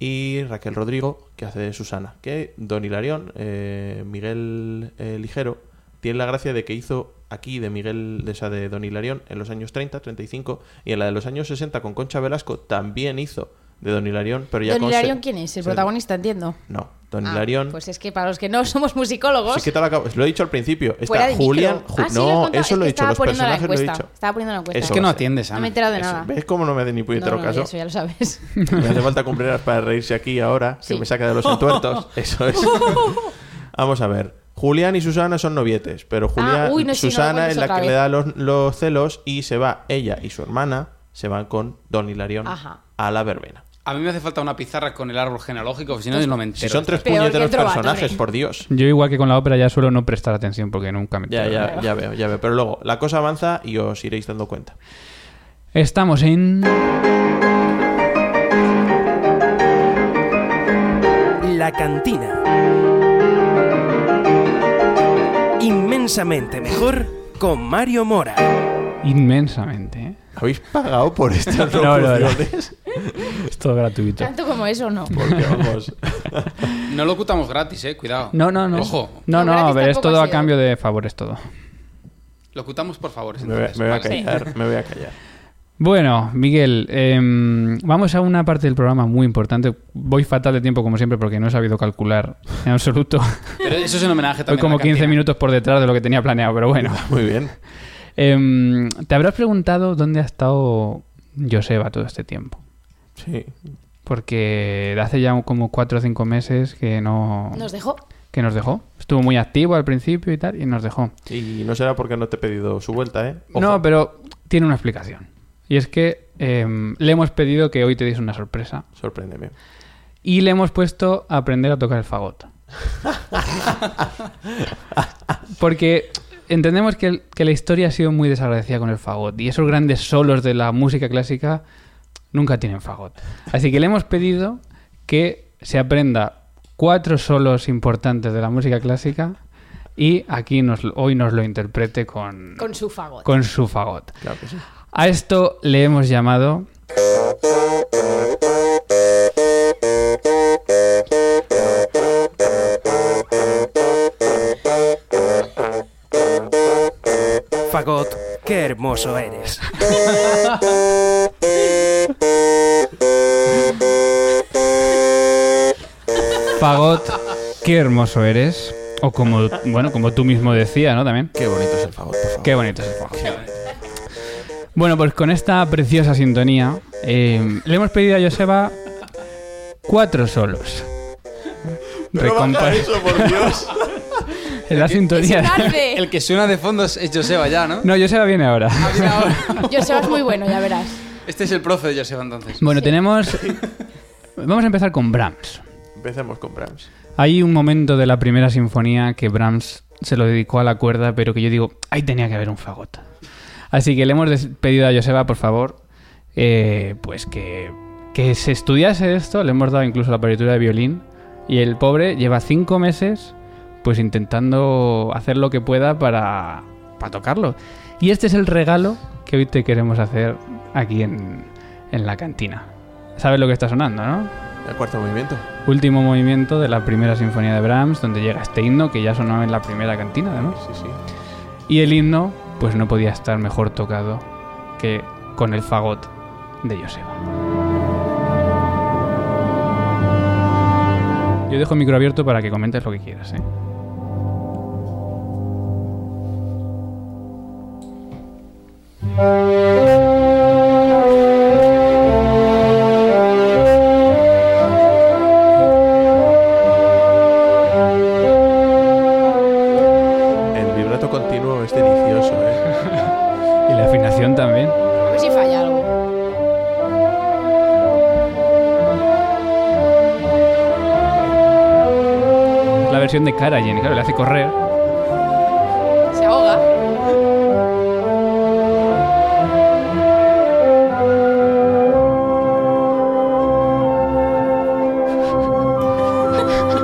y Raquel Rodrigo, que hace de Susana. Que Don Hilarión, eh, Miguel eh, Ligero, tiene la gracia de que hizo aquí de Miguel, de esa de Don Hilarión, en los años 30, 35, y en la de los años 60 con Concha Velasco también hizo de Don Hilarión, pero ya
Don
con se-
Hilarión, ¿quién es? El
se-
protagonista, entiendo.
No, Don
Ah,
Hilarión.
Pues es que para los que no somos musicólogos...
Sí que te lo, acabo- lo he dicho al principio.
Fuera
Está
de
Julian.
micro.
Ju-
Ah, sí, lo he
no,
contado.
eso
Es
lo he
que
dicho.
estaba
Los
poniendo la
personajes lo he
encuesta.
dicho.
Estaba poniendo la encuesta.
Eso
Es que no
va a ser.
atiendes,
No me he enterado de nada.
¿Ves cómo no me hace ni puñetero
No, no,
caso?
Eso ya lo sabes.
Me hace falta cumplir horas para reírse aquí ahora, que me saca de los entuertos. Eso es. Vamos a ver. Julián y Susana son novietes, pero Julián,
Ah, uy, no, sí, no lo
Susana
cuentes
es la
otra
que
vez.
le da los, los celos y se va ella y su hermana se van con Don Hilarión
Ajá.
a la verbena.
A mí me hace falta una pizarra con el árbol genealógico, porque si no, yo no me entero.
Si son tres puñeteros personajes, por Dios.
Yo igual que con la ópera ya suelo no prestar atención porque nunca me...
Ya, ya, ya veo, ya veo. Pero luego, la cosa avanza y os iréis dando cuenta.
Estamos en...
La Cantina. Inmensamente mejor con Mario Mora.
Inmensamente. ¿eh?
¿Habéis pagado por estas
No, no, no.
locuciones?
Es todo gratuito.
Tanto como eso, no.
Porque vamos.
No lo ocultamos gratis, eh, cuidado.
No, no, no.
Ojo,
No, no,
No, gratis
pero es
tampoco
todo
ha
a
sido.
cambio de favores, todo.
lo ocultamos por favor.
Me voy,
entonces,
me voy a
vale.
callar, me voy a callar.
Bueno, Miguel, em, vamos a una parte del programa muy importante. Voy fatal de tiempo, como siempre, porque no he sabido calcular en absoluto.
Pero eso es un homenaje también.
Voy como
a la cantina.
15 minutos por detrás de lo que tenía planeado, pero bueno.
Muy bien.
Em, Te habrás preguntado dónde ha estado Joseba todo este tiempo.
Sí.
Porque hace ya como 4 o 5 meses que no...
Nos dejó.
Que nos dejó. Estuvo muy activo al principio y tal, y nos dejó.
Y no será porque no te he pedido su vuelta, ¿eh? Ojo.
No, pero tiene una explicación. Y es que em, le hemos pedido que hoy te deis una sorpresa.
Sorpréndeme.
Y le hemos puesto a aprender a tocar el fagot. Porque entendemos que, el- que la historia ha sido muy desagradecida con el fagot. Y esos grandes solos de la música clásica nunca tienen fagot. Así que le hemos pedido que se aprenda cuatro solos importantes de la música clásica. Y aquí nos, hoy nos lo interprete con,
Con su fagot.
con su fagot.
Claro que sí.
A esto le hemos llamado
Fagot, qué hermoso eres.
Fagot, qué hermoso eres. O como, bueno, como tú mismo decías, ¿no? También.
Qué bonito es el fagot, por favor.
Qué bonito es el fagot. Bueno, pues con esta preciosa sintonía eh, le hemos pedido a Joseba cuatro solos.
Pero baja
Recompa-
eso, por Dios.
en la sintonía.
Tarde.
El que suena de fondo es es Joseba ya, ¿no?
No, Joseba viene ahora.
Joseba es muy bueno, ya verás.
Este es el profe de Joseba entonces.
Bueno, tenemos... Vamos a empezar con Brahms.
Empecemos con Brahms.
Hay un momento de la primera sinfonía que Brahms se lo dedicó a la cuerda, pero que yo digo, ahí tenía que haber un fagot. Así que le hemos des- pedido a Joseba, por favor, eh, pues que, que se estudiase esto. Le hemos dado incluso la partitura de violín. Y el pobre lleva cinco meses pues intentando hacer lo que pueda para, para tocarlo. Y este es el regalo que hoy te queremos hacer aquí en, en la cantina. Sabes lo que está sonando, ¿no?
El cuarto movimiento.
Último movimiento de la primera sinfonía de Brahms, donde llega este himno que ya sonó en la primera cantina, además.
Sí, sí.
Y el himno, pues no podía estar mejor tocado que con el fagot de Joseba. Yo dejo el micro abierto para que comentes lo que quieras, ¿eh?
El vibrato continuo es delicioso, ¿eh?
Y la afinación también.
A ver si falla algo.
La versión de Karajan, claro, le hace correr.
Se ahoga.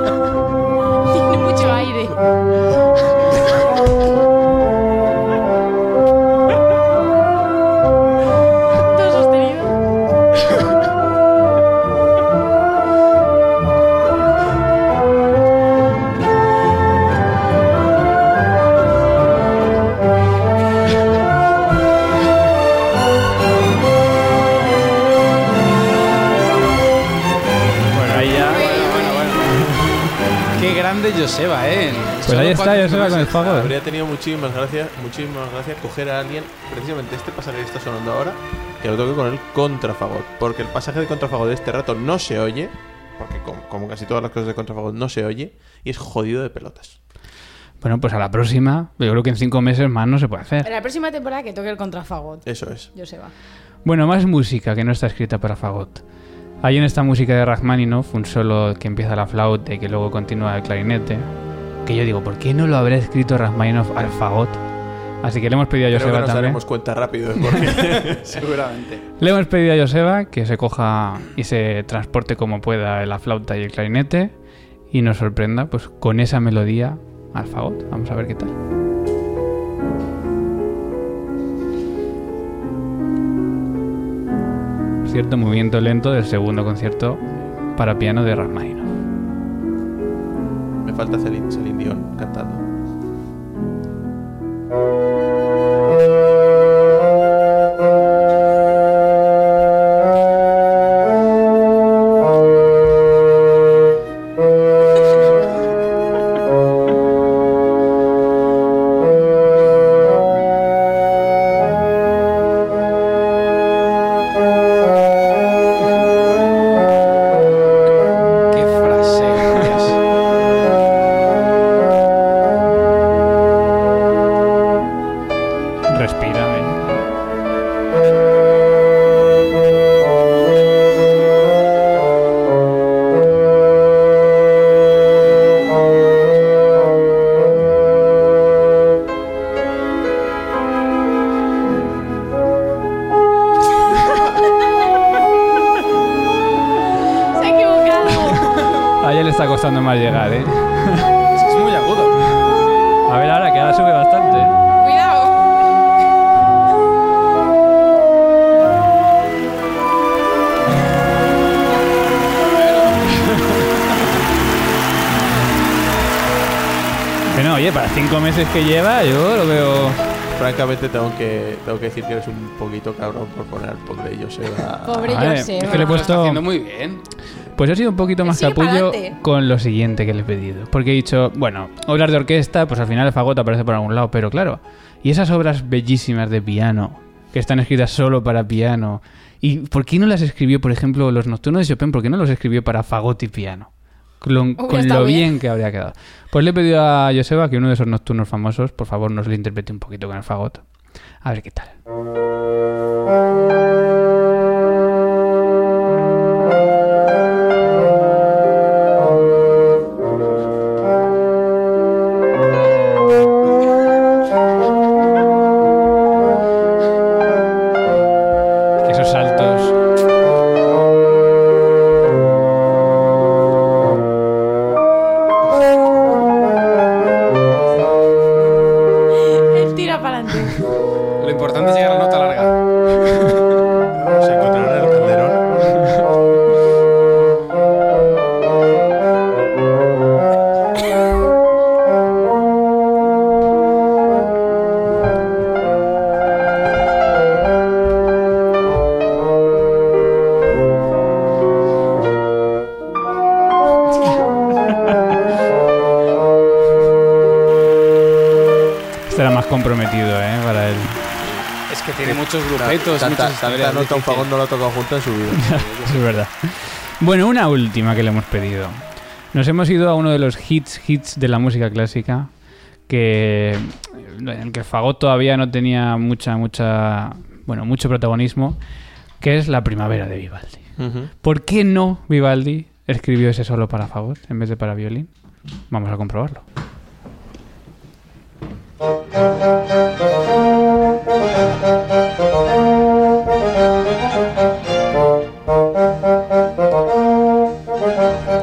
Tiene
Oh.
mucho aire. Todo sostenido.
Bueno, ahí ya.
Qué grande Joseba, ¿eh?
Pues ahí está, Joseba con el ¿eh? fagot.
Habría tenido muchísimas gracias, muchísimas gracias coger a alguien, precisamente este pasaje que está sonando ahora, que lo toque con el contrafagot. Porque el pasaje de contrafagot de este rato no se oye, porque com- como, casi todas las cosas de contrafagot no se oye, y es jodido de pelotas.
Bueno, pues a la próxima. Yo creo que en cinco meses más no se puede hacer.
En la próxima temporada que toque el contrafagot.
Eso es.
Joseba.
Bueno, más música que no está escrita para fagot. Hay en esta música de Rachmaninoff un solo que empieza la flauta y que luego continúa el clarinete. Que yo digo, ¿por qué no lo habrá escrito Rachmaninoff al fagot? Así que le hemos pedido a
Creo que
Joseba
nos
también.
daremos cuenta rápido de por qué.
Seguramente.
Le hemos pedido a Joseba que se coja y se transporte como pueda la flauta y el clarinete. y nos sorprenda pues con esa melodía al fagot. Vamos a ver qué tal. Por Cierto movimiento lento del segundo concierto para piano de Rachmaninoff.
Me falta Celine, Celine Dion cantando.
Qué frase. gracias.
Respira, eh. ven.
Se ha equivocado.
A ella le está costando más llegar, ¿eh?
Es muy agudo.
A ver ahora, que ahora sube bastante.
Cuidado.
Bueno, oye, para cinco meses que lleva, yo lo veo...
Francamente tengo que, tengo que decir que eres un poquito cabrón por poner al pobre Joseph a-
Pobre
Vale,
Joseba.
es que le he
Lo está
puesto...
haciendo muy bien.
Pues he sido un poquito más
Sigue
capullo
pa'lante.
con lo siguiente que le he pedido. Porque he dicho, bueno, obras de orquesta, pues al final el fagot aparece por algún lado, pero claro. Y esas obras bellísimas de piano, que están escritas solo para piano. ¿Y por qué no las escribió, por ejemplo, los nocturnos de Chopin? ¿Por qué no los escribió para fagot y piano? Con,
Hubiera
con
estado
lo bien.
bien.
que habría quedado. Pues le he pedido a Joseba que uno de esos nocturnos famosos, por favor, nos lo interprete un poquito con el fagot. A ver qué tal. Que Esos saltos.
Él tira para adelante.
Lo importante es llegar a la nota larga.
Se encontraron en el calderón.
Este era más comprometido, ¿eh? Para él.
Es que tiene muchos grupetos,
Tanta-
muchos
Tanta
estilos
nota un
difíciles.
fagón no lo ha tocado junto en su vida.
es verdad. Bueno, una última que le hemos pedido. Nos hemos ido a uno de los hits, hits de la música clásica, que en el que el fagot todavía no tenía mucha, mucha, bueno, mucho protagonismo, que es la primavera de Vivaldi.
Ujú.
¿Por qué no Vivaldi escribió ese solo para fagot en vez de para violín? Vamos a comprobarlo.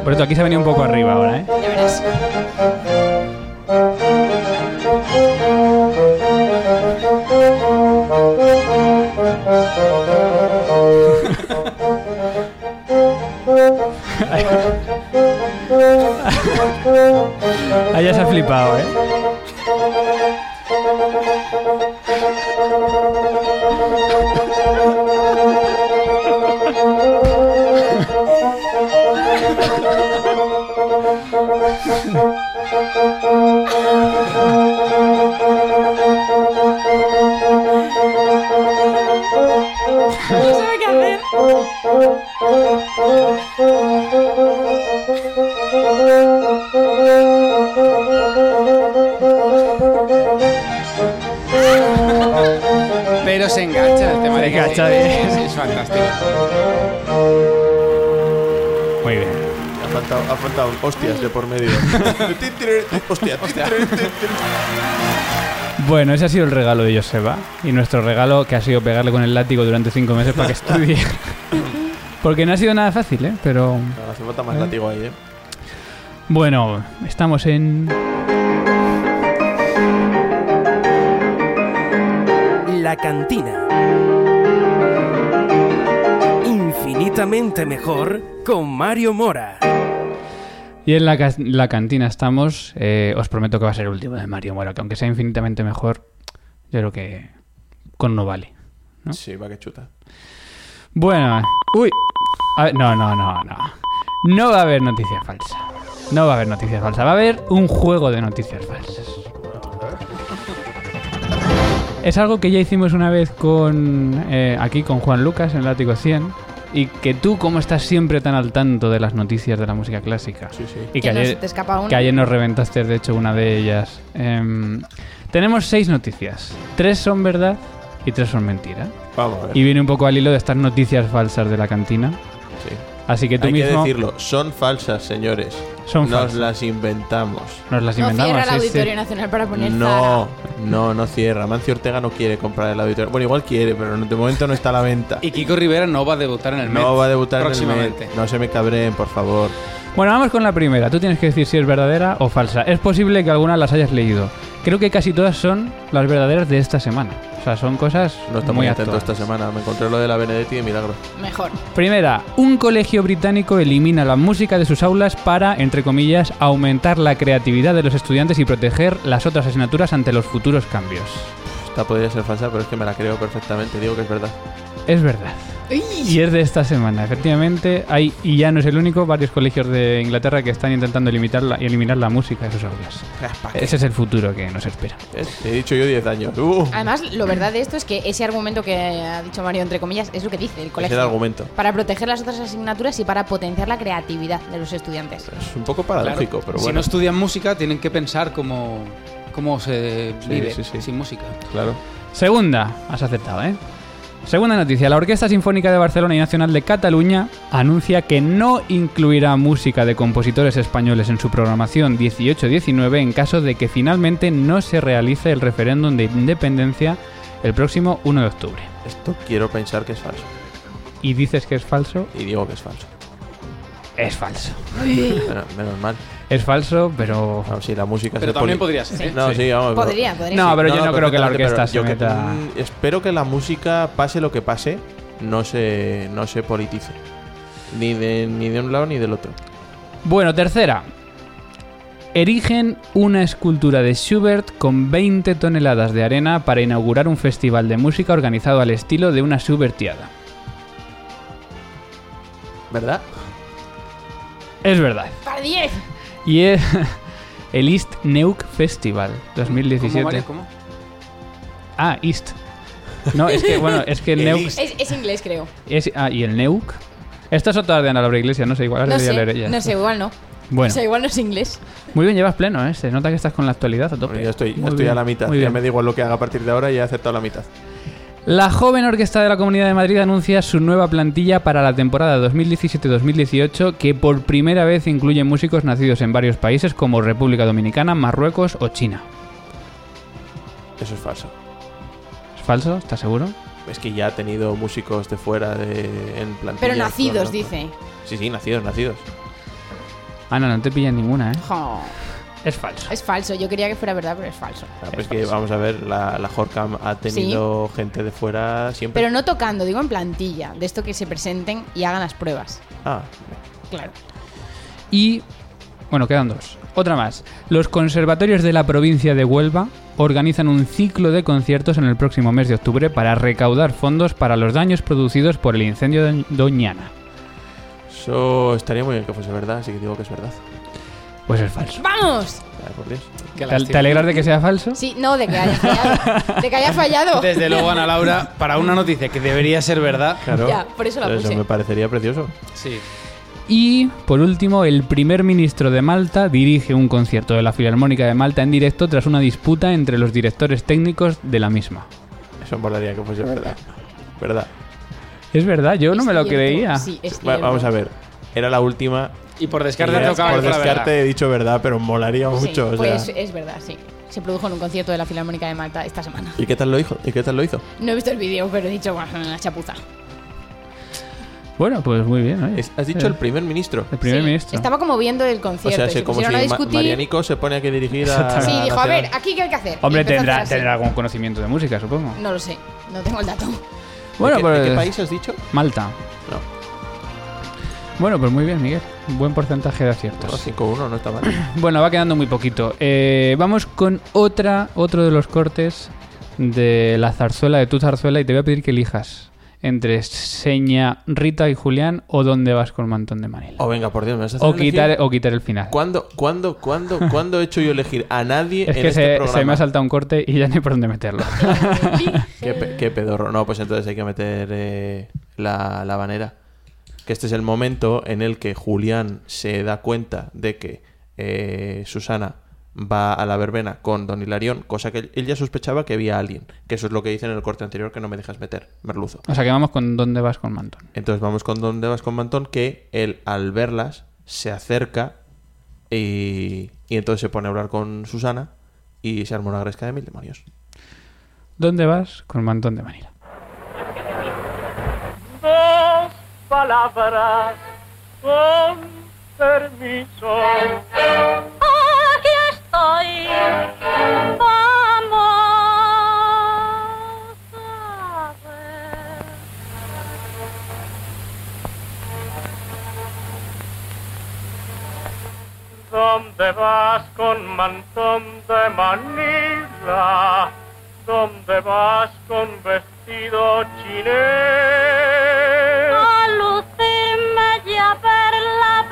Por esto, aquí se ha venido un poco arriba ahora, ¿eh?
Ya verás.
Ahí ya se ha flipado, ¿eh?
No sabe qué hacer.
Pero se engancha el tema
Se
de que-
engancha bien.
Sí, sí, es fantástico.
Muy bien.
Ha faltado, ha faltado hostias de por medio. Tin, tirir, tin, Hostia, tin, tirir, tin, tirir.
Bueno, ese ha sido el regalo de Joseba. Y nuestro regalo que ha sido pegarle con el látigo durante cinco meses para que estudie. Porque no ha sido nada fácil, ¿eh? Pero
Hace falta más látigo ahí, ¿eh?
Bueno, estamos en...
La cantina. Infinitamente mejor con Mario Mora.
Y en la, ca- la cantina estamos. Eh, os prometo que va a ser el último de Mario Mora, que aunque sea infinitamente mejor, yo creo que con no vale.
Sí, va que chuta.
Bueno. Uy. A ver, no, no, no, no. No va a haber noticia falsa. No va a haber noticia falsa. Va a haber un juego de noticias falsas. Es algo que ya hicimos una vez con eh, aquí con Juan Lucas en el Ático 100 y que tú como estás siempre tan al tanto de las noticias de la música clásica y que
Que no
ayer,
se te escapa una.
que ayer nos reventaste de hecho una de ellas. Em, tenemos seis noticias, tres son verdad y tres son mentira.
Vamos a ver.
Y viene un poco al hilo de estas noticias falsas de la cantina.
Sí.
Así que tú
Hay que
mismo
decirlo, son falsas, señores.
Son
Nos
falsas.
las inventamos.
nos las
No
inventamos.
cierra el
sí, sí.
Auditorio Nacional para poner
No, no, no cierra. Mancio Ortega no quiere comprar el auditorio. Bueno, igual quiere, pero de momento no está a la venta.
Y Kiko Rivera no va a debutar en el Met
No va a debutar en el
próximamente.
Met. No se me cabreen, por favor.
Bueno, vamos con la primera. Tú tienes que decir si es verdadera o falsa. Es posible que algunas las hayas leído. Creo que casi todas son las verdaderas de esta semana. O sea, son cosas
No está muy,
muy
atento
actuales.
esta semana. Me encontré lo de la Benedetti de milagro.
Mejor.
Primera, un colegio británico elimina la música de sus aulas para, entre comillas, aumentar la creatividad de los estudiantes y proteger las otras asignaturas ante los futuros cambios.
Esta podría ser falsa, pero es que me la creo perfectamente. Digo que es verdad.
Es verdad. Y es de esta semana, efectivamente. Hay, y ya no es el único, varios colegios de Inglaterra que están intentando limitar la- eliminar la música de sus aulas. Ese es el futuro que nos espera.
¿Ves? He dicho yo 10 años. Uh,
Además, lo verdad de esto es que ese argumento que ha dicho Mario, entre comillas, es lo que dice el
es
colegio.
el argumento.
Para proteger las otras asignaturas y para potenciar la creatividad de los estudiantes.
Es un poco
Claro.
paradójico, pero
Si no
bueno.
estudian música, tienen que pensar cómo, cómo se
Sí,
vive
sí, sí.
sin música.
Claro.
Segunda, has acertado, ¿eh? Segunda noticia, la Orquesta Sinfónica de Barcelona y Nacional de Cataluña anuncia que no incluirá música de compositores españoles en su programación 18-19 en caso de que finalmente no se realice el referéndum de independencia el próximo 1 de octubre.
Esto quiero pensar que es falso.
¿Y dices que es falso?
Y digo que es falso.
Es falso.
Bueno, menos mal.
Es falso, pero...
Vamos, sí, la música
Pero
es de
también
poli-
podría ser, ¿eh?
No, sí,
Sí.
vamos. pero-
Podría, podría
No, ser. pero yo no creo que la
perfectamente,
orquesta
pero
se
yo que-
meta-
mm, espero que la música, pase lo que pase, no se, no se politice. Ni de, ni de un lado ni del otro.
Bueno, tercera. Erigen una escultura de Schubert con 20 toneladas de arena para inaugurar un festival de música organizado al estilo de una Schubertiada.
¿Verdad?
Es verdad.
¡Para 10!
Y es el East Neuk Festival 2017.
¿Cómo, Mario? ¿Cómo?
Ah, East. No, es que bueno, es que el
El
Neuk
Es, es inglés, creo.
es- ah, y el Neuk. Esta es otra de Ana Laura Iglesias, no sé, igual ahora
No
voy a
sé,
leer ella.
no sé, igual no.
Bueno.
O sea, igual no es inglés.
Muy bien, llevas pleno, ¿eh? Se nota que estás con la actualidad a tope.
Bueno, ya estoy, ya
Muy
estoy a
bien,
la mitad.
muy
Ya
bien.
me da igual lo que haga a partir de ahora y he aceptado la mitad.
La joven orquesta de la Comunidad de Madrid anuncia su nueva plantilla para la temporada 2017-2018 que por primera vez incluye músicos nacidos en varios países como República Dominicana, Marruecos o China.
Eso es falso.
¿Es falso? ¿Estás seguro?
Es que ya ha tenido músicos de fuera de, en plantilla.
Pero nacidos,
con-
dice.
Sí, sí, nacidos, nacidos.
Ana, Ah, no te pillan ninguna, ¿eh?
Jo,
Es falso.
Es falso. Yo quería que fuera verdad, pero es falso.
Ah, pues que vamos a ver, la, la Horcam ha tenido gente de fuera siempre.
Pero no tocando, digo en plantilla. De esto que se presenten y hagan las pruebas.
Ah,
Claro.
Y, bueno, quedan dos. Otra más. Los conservatorios de la provincia de Huelva organizan un ciclo de conciertos en el próximo mes de octubre para recaudar fondos para los daños producidos por el incendio de Doñana.
eso estaría muy bien que fuese verdad, así que digo que es verdad.
Pues es falso.
¡Vamos!
Ay, por Dios.
Qué
¿Te, te
lástima.
alegras de que sea falso?
Sí, no, de que haya fallado. De que haya fallado.
Desde luego, Ana Laura, para una noticia que debería ser verdad.
Claro.
Ya, por eso la
Pero
puse.
me parecería precioso.
Sí.
Y, por último, el primer ministro de Malta dirige un concierto de la Filarmónica de Malta en directo tras una disputa entre los directores técnicos de la misma.
Eso me molaría que fuese verdad. ¿Verdad?
Es verdad, yo no me lo
Cierto,
creía.
Sí, es
Va-
cierto.
vamos a ver. Era la última.
Y por
y
descarte
era-
tocaba
por
el la verdad.
descarte he dicho verdad, pero molaría
Sí,
mucho. o
pues
sea.
es verdad, sí. Se produjo en un concierto de la Filarmónica de Malta esta semana.
¿Y qué tal lo hizo? ¿Y qué tal lo hizo?
No he visto el vídeo, pero he dicho, bueno, la chapuza.
Bueno, pues muy bien. oye.
Has dicho el primer ministro.
El primer ministro.
Estaba como viendo el
O
concierto.
sea,
y
se-
se
como si
pusieron a
Ma-
discutir.
Marianico se pone aquí a dirigir a...
Sí, dijo, a
Nacional.
ver, aquí qué hay que hacer. Y
Hombre,
empezó a hacer
tendrá,
así.
tendrá algún conocimiento de música, supongo.
No lo sé, no tengo el dato.
Bueno,
qué- de
pues,
qué país has dicho?
Malta.
No.
Bueno, pues muy bien, Miguel. Buen porcentaje de
Ah,
aciertos.
5-1, no está mal.
Bueno, va quedando muy poquito. Eh, vamos con otra, otro de los cortes de la zarzuela, de tu zarzuela, y te voy a pedir que elijas entre Seña, Rita y Julián o dónde vas con Mantón de Manila.
O venga, por Dios, me vas a hacer
O quitar,
elegir?
o quitar el final.
¿Cuándo, cuándo, cuándo, cuándo he hecho yo elegir a nadie
Es
en
que
este
se,
programa?
se me ha saltado un corte y ya no hay por dónde meterlo.
Qué, pe- qué pedorro. No, pues entonces hay que meter eh, la, la banera. Que este es el momento en el que Julián se da cuenta de que eh, Susana va a la verbena con Don Hilarión, cosa que él- él ya sospechaba que había alguien. Que eso es lo que dice en el corte anterior que no me dejas meter, Merluzo.
o sea que vamos con dónde vas con Mantón.
Entonces vamos con donde vas con Mantón, que él al verlas se acerca y, y entonces se pone a hablar con Susana y se arma una gresca de mil demonios.
¿Dónde vas con Mantón de Manila?
Dos palabras con permiso.
Aquí estoy. Vamos a ver.
¿Dónde vas con mantón de Manila? ¿Dónde vas con vestido chinés?
A lucirme y a ver la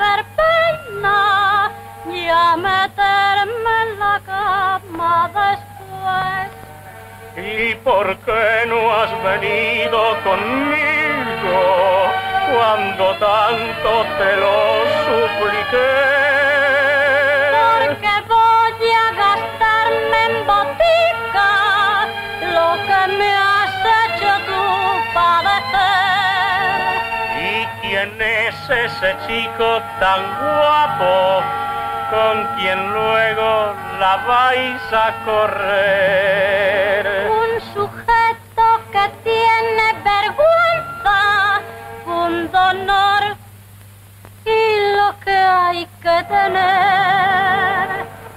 verbena y a meterme en la cama después.
¿Y por qué no has venido conmigo cuando tanto te lo supliqué?
Porque voy a gastarme en botica lo que me has hecho tú padecer.
¿Y quién es ese chico tan guapo con quien luego la vais a correr?
Un sujeto que tiene vergüenza, un honor y lo que hay que tener.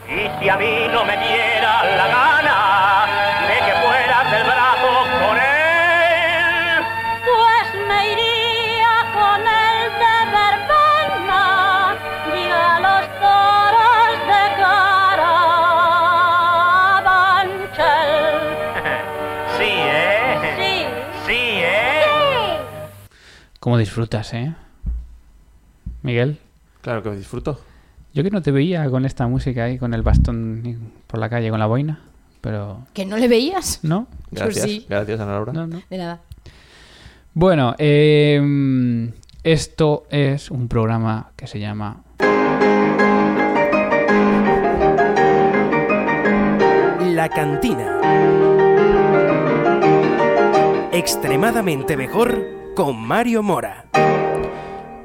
Y si a mí no me diera la gana de que fueras del brazo con él,
Pues me iría con el de verbena y a los toros de Carabanchel.
sí, ¿eh?
Sí.
Sí, ¿eh?
¿Cómo disfrutas, eh? Miguel.
Claro que disfruto.
Yo que no te veía con esta música ahí, con el bastón y- por la calle, con la boina, pero...
¿Que no le veis?
¿No?
Gracias,
sí.
gracias Ana Laura.
No, no.
De nada.
Bueno, eh, esto es un programa que se llama...
La cantina.
Extremadamente mejor con Mario Mora.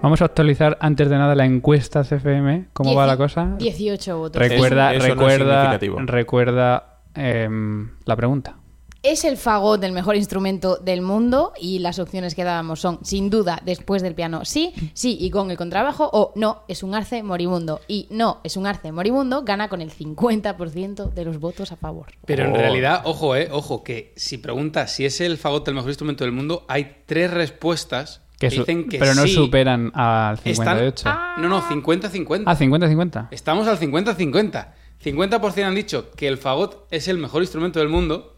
Vamos a actualizar antes de nada la encuesta CFM. ¿Cómo va
Dieci-
la cosa?
18 votos.
Recuerda,
Eso- eso no es
recuerda,
significativo.
recuerda em, la pregunta.
Es el fagot el mejor instrumento del mundo y las opciones que dábamos son, sin duda, después del piano, sí, sí y con el contrabajo, o no, es un arce moribundo. Y no, es un arce moribundo, gana con el 50% de los votos a favor.
Pero en
Oh.
realidad, ojo, eh, ojo, que si preguntas si es el fagot el mejor instrumento del mundo, hay tres respuestas que,
Que su-
dicen que
pero no
sí.
superan al
Están- Ah.
58.
No, no, 50-50.
Ah, 50-50.
Estamos al 50-50. 50% han dicho que el fagot es el mejor instrumento del mundo.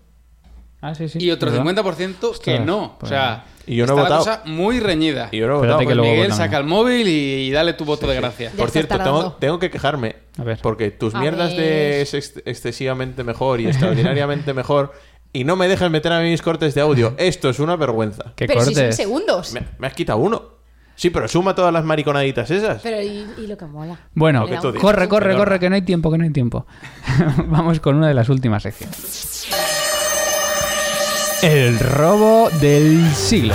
Ah, sí, sí.
Y otro
¿Verdad?
50% que
Ostras,
no.
pues-
O sea,
Y yo no he
está la
votado.
cosa muy reñida.
Y yo no he
Espérate
votado.
que
pues,
luego
Miguel,
Miguel, saca el móvil y, y dale tu voto de gracia.
Por cierto, tengo, tengo que quejarme. Porque tus
A
mierdas
ver.
de es ex- excesivamente mejor y extraordinariamente mejor. Y no me dejas meter a mí mis cortes de audio. Esto es una vergüenza.
¿Qué
Pero si son segundos.
Me, me has quitado uno. Sí, pero suma todas las mariconaditas esas.
Pero y, y lo que mola.
Bueno,
Lo que tú dices.
corre, corre,
Perdona.
corre, que no hay tiempo, que no hay tiempo. Vamos con una de las últimas secciones. El robo del siglo.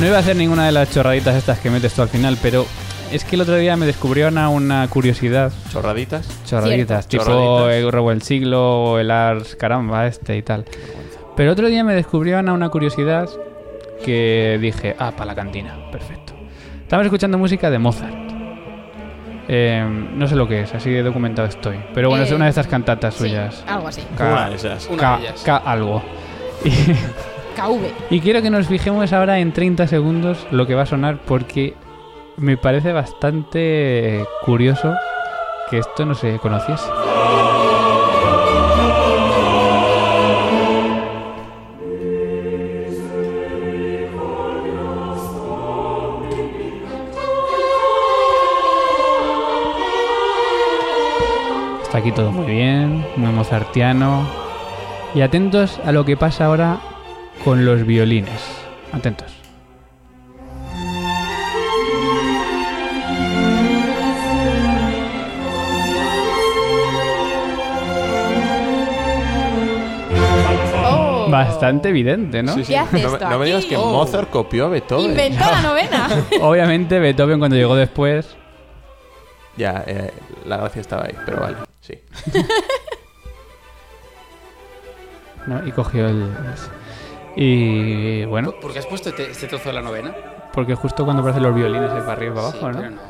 No iba a hacer ninguna de las chorraditas estas que metes tú al final, pero Es que el otro día me descubrieron a una curiosidad.
¿Chorraditas?
Chorraditas,
Cierto.
tipo
Chorraditas.
el robo del siglo o el Ars caramba este y tal. Pero otro día me descubrieron a una curiosidad que dije, ah, para la cantina, perfecto. Estamos escuchando música de Mozart. Eh, no sé lo que es, así de documentado estoy. Pero bueno, es
Eh,
una de estas cantatas
sí,
suyas.
algo así.
Ca-
Una de esas.
ca-
Una de ellas.
ca- algo. Y-
KV.
y quiero que nos fijemos ahora en 30 segundos lo que va a sonar porque me parece bastante curioso que esto no se conociese. Está aquí todo muy bien, muy mozartiano. Y atentos a lo que pasa ahora con los violines. Atentos. Bastante evidente, ¿no?
Sí, sí. ¿Qué hace
No me-
esto
no me digas
aquí?
que
Oh.
Mozart copió a Beethoven.
Inventó la novena.
Obviamente Beethoven cuando llegó después...
Ya, eh, la gracia estaba ahí, pero vale, sí.
¿no? Y cogió el... Y bueno,
¿Por qué has puesto este, este trozo de la novena?
porque justo cuando aparecen los violines es para arriba y para
Sí,
abajo, ¿no?
pero no,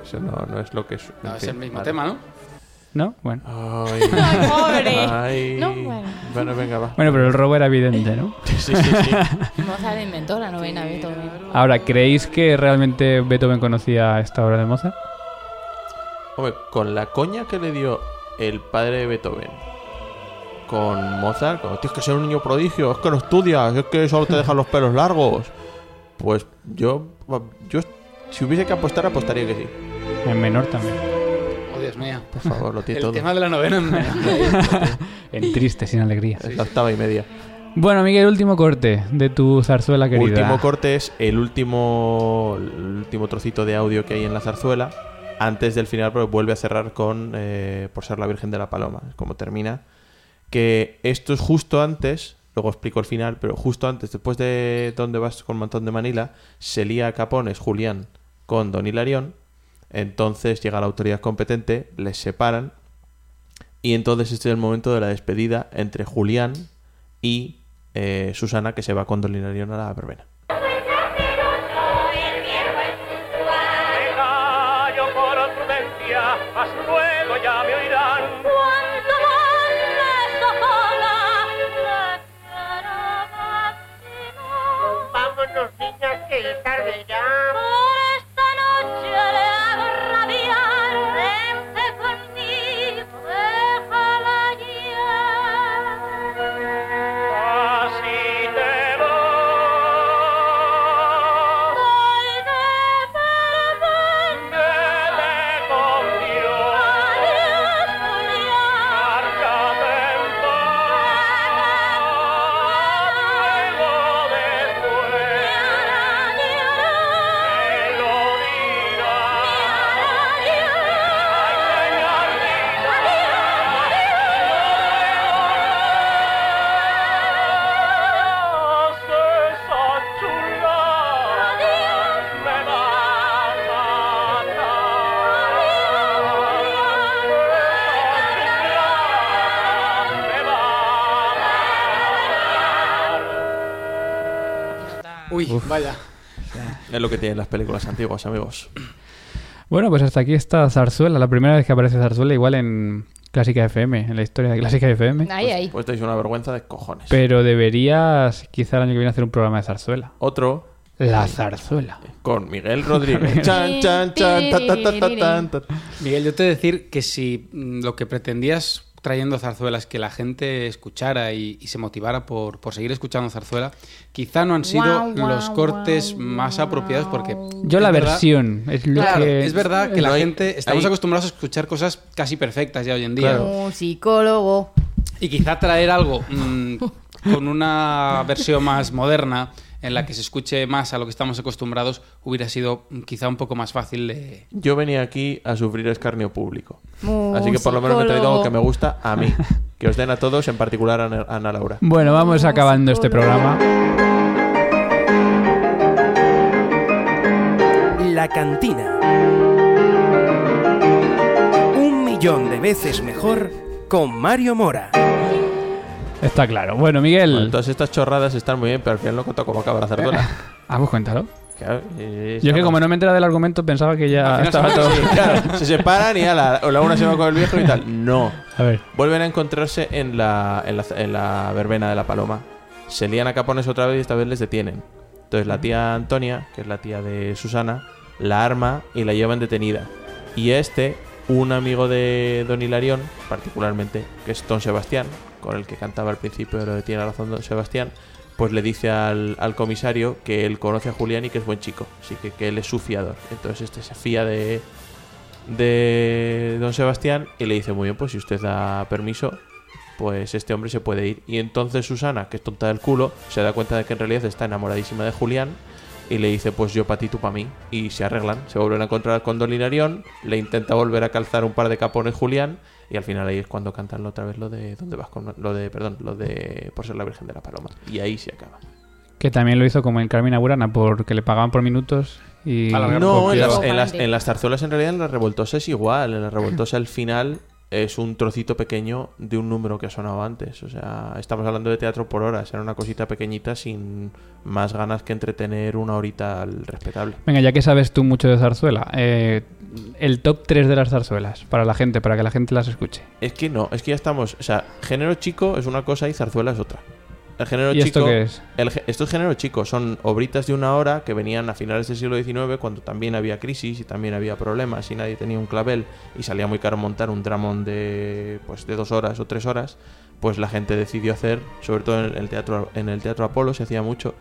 es,
Eso no, no es lo que es.
no,
en
es
fin,
el mismo
vale.
tema, ¿no?
¿No? Bueno.
Ay,
Ay, pobre.
Ay.
No, bueno.
Bueno, venga, va.
Bueno, pero el robo era evidente, ¿no?
Sí, sí, sí.
Mozart inventó la novena, Beethoven.
Ahora, ¿creéis que realmente Beethoven conocía esta obra de Mozart?
Hombre, con la coña que le dio el padre de Beethoven con Mozart, como tienes que ser un niño prodigio, es que no estudias, es que solo te dejan los pelos largos. Pues yo, yo si hubiese que apostar, apostaría que sí.
En menor también.
Oh, Dios mío.
Por favor, lo tiene
El
todo.
tema de la novena en
En triste, sin alegría.
Es la octava y media.
Bueno, Miguel, último corte de tu zarzuela querida.
Último corte es el último, el último trocito de audio que hay en la zarzuela. Antes del final, pero vuelve a cerrar con eh, Por ser la Virgen de la Paloma, es como termina. Que esto es justo antes, luego explico el final, pero justo antes, después de Donde vas con Montón de Manila, se lía a capones Julián con Don Hilarión. Entonces llega la autoridad competente, les separan. Y entonces este es el momento de la despedida entre Julián y eh, Susana, que se va con Don Hilarión a la verbena.
Yo por prudencia, a su ruego ya me oirán. Cuando vuelva esa bola, Vámonos, niñas, que es tarde ya. Por esta noche le hago rabiar. Vente conmigo, déjala guiar. Así te vas. Soy de Perpén. Vete con Dios. Adiós, Julián. Márcate en paz. Luego después. Me lo dirás. Ay, señorita. Adiós, esa chulada. Me vas a matar. Esa chulada me va a matar.
Uy, vaya.
Es lo que tienen las películas antiguas, amigos.
Bueno, pues hasta aquí está Zarzuela, la primera vez que aparece Zarzuela, igual en Clásica FM, en la historia de Clásica FM.
Ahí, ahí.
Pues tenéis una vergüenza de cojones.
Pero deberías quizá el año que viene hacer un programa de Zarzuela.
Otro
La zarzuela.
con Miguel Rodríguez. chan, chan, chan, ta, ta, ta, ta, tan, ta.
Miguel, yo te decir que si mm, lo que pretendías trayendo zarzuelas, que la gente escuchara y, y se motivara por, por seguir escuchando zarzuela, quizá no han sido
Guau, guau,
los cortes más apropiados porque...
Yo
es
la
verdad-
versión, es lo
Claro,
que-
es verdad que
No
la
hay-
gente... Estamos
hay-
acostumbrados a escuchar cosas casi perfectas ya hoy en día.
Un psicólogo.
Y quizá traer algo mm, con una versión más moderna, en la que se escuche más a lo que estamos acostumbrados, hubiera sido mm, quizá un poco más fácil de...
Yo venía aquí a sufrir escarnio público.
Mu-
Así que por lo menos me he traído
psicólogo.
algo que me gusta a mí. Que os den a todos, en particular a Ana- a Ana Laura.
Bueno, vamos acabando este programa.
La La cantina. Un millón de veces mejor con Mario Mora.
Está claro. Bueno, Miguel.
todas estas chorradas están muy bien, pero al final no cuento cómo acaba la zarzuela.
Ah, pues cuéntalo.
Claro, eh,
Yo es que
estamos-
como no me entera del argumento pensaba que ya
Al final
estaba
se-
todo.
sí, claro, se separan y a la, o la una se va con el viejo y tal. No.
A ver.
Vuelven a encontrarse en la, en, la, en la verbena de la paloma. Se lían a capones otra vez y esta vez les detienen. Entonces la tía Antonia, que es la tía de Susana, la arma y la llevan detenida. Y este, un amigo de Don Hilarión, particularmente, que es Don Sebastián, con el que cantaba al principio de lo de Tiene razón Don Sebastián, pues le dice al, al comisario que él conoce a Julián y que es buen chico, así que, que él es su fiador. Entonces este se fía de, de don Sebastián y le dice, muy bien, pues si usted da permiso, pues este hombre se puede ir. Y entonces Susana, que es tonta del culo, se da cuenta de que en realidad está enamoradísima de Julián y le dice, pues yo para ti, tú para mí. Y se arreglan, se vuelven a encontrar con Don Hilarión, le intenta volver a calzar un par de capones Julián y al final ahí es cuando cantan otra vez lo de ¿Dónde vas con lo de perdón, lo de por ser la Virgen de la Paloma y ahí se acaba.
Que también lo hizo como en Carmina Burana, porque le pagaban por minutos y.
No, en
copió-
las, en, las, en las zarzuelas en realidad en la revoltosa es igual. En la revoltosa el final es un trocito pequeño de un número que ha sonado antes. O sea, estamos hablando de teatro por horas. Era una cosita pequeñita sin más ganas que entretener una horita al respetable.
Venga, ya que sabes tú mucho de zarzuela, eh, el top 3 de las zarzuelas para la gente, para que la gente las escuche.
Es que no, es que ya estamos. O sea, género chico es una cosa y zarzuela es otra. El género
¿Y esto
chico.
qué es?
el gé- esto es género chico. Son obritas de una hora que venían a finales del siglo XIX, cuando también había crisis y también había problemas y nadie tenía un clavel y salía muy caro montar un dramón de, pues, de dos horas o tres horas. Pues la gente decidió hacer, sobre todo en el teatro, en el teatro Apolo se hacía mucho,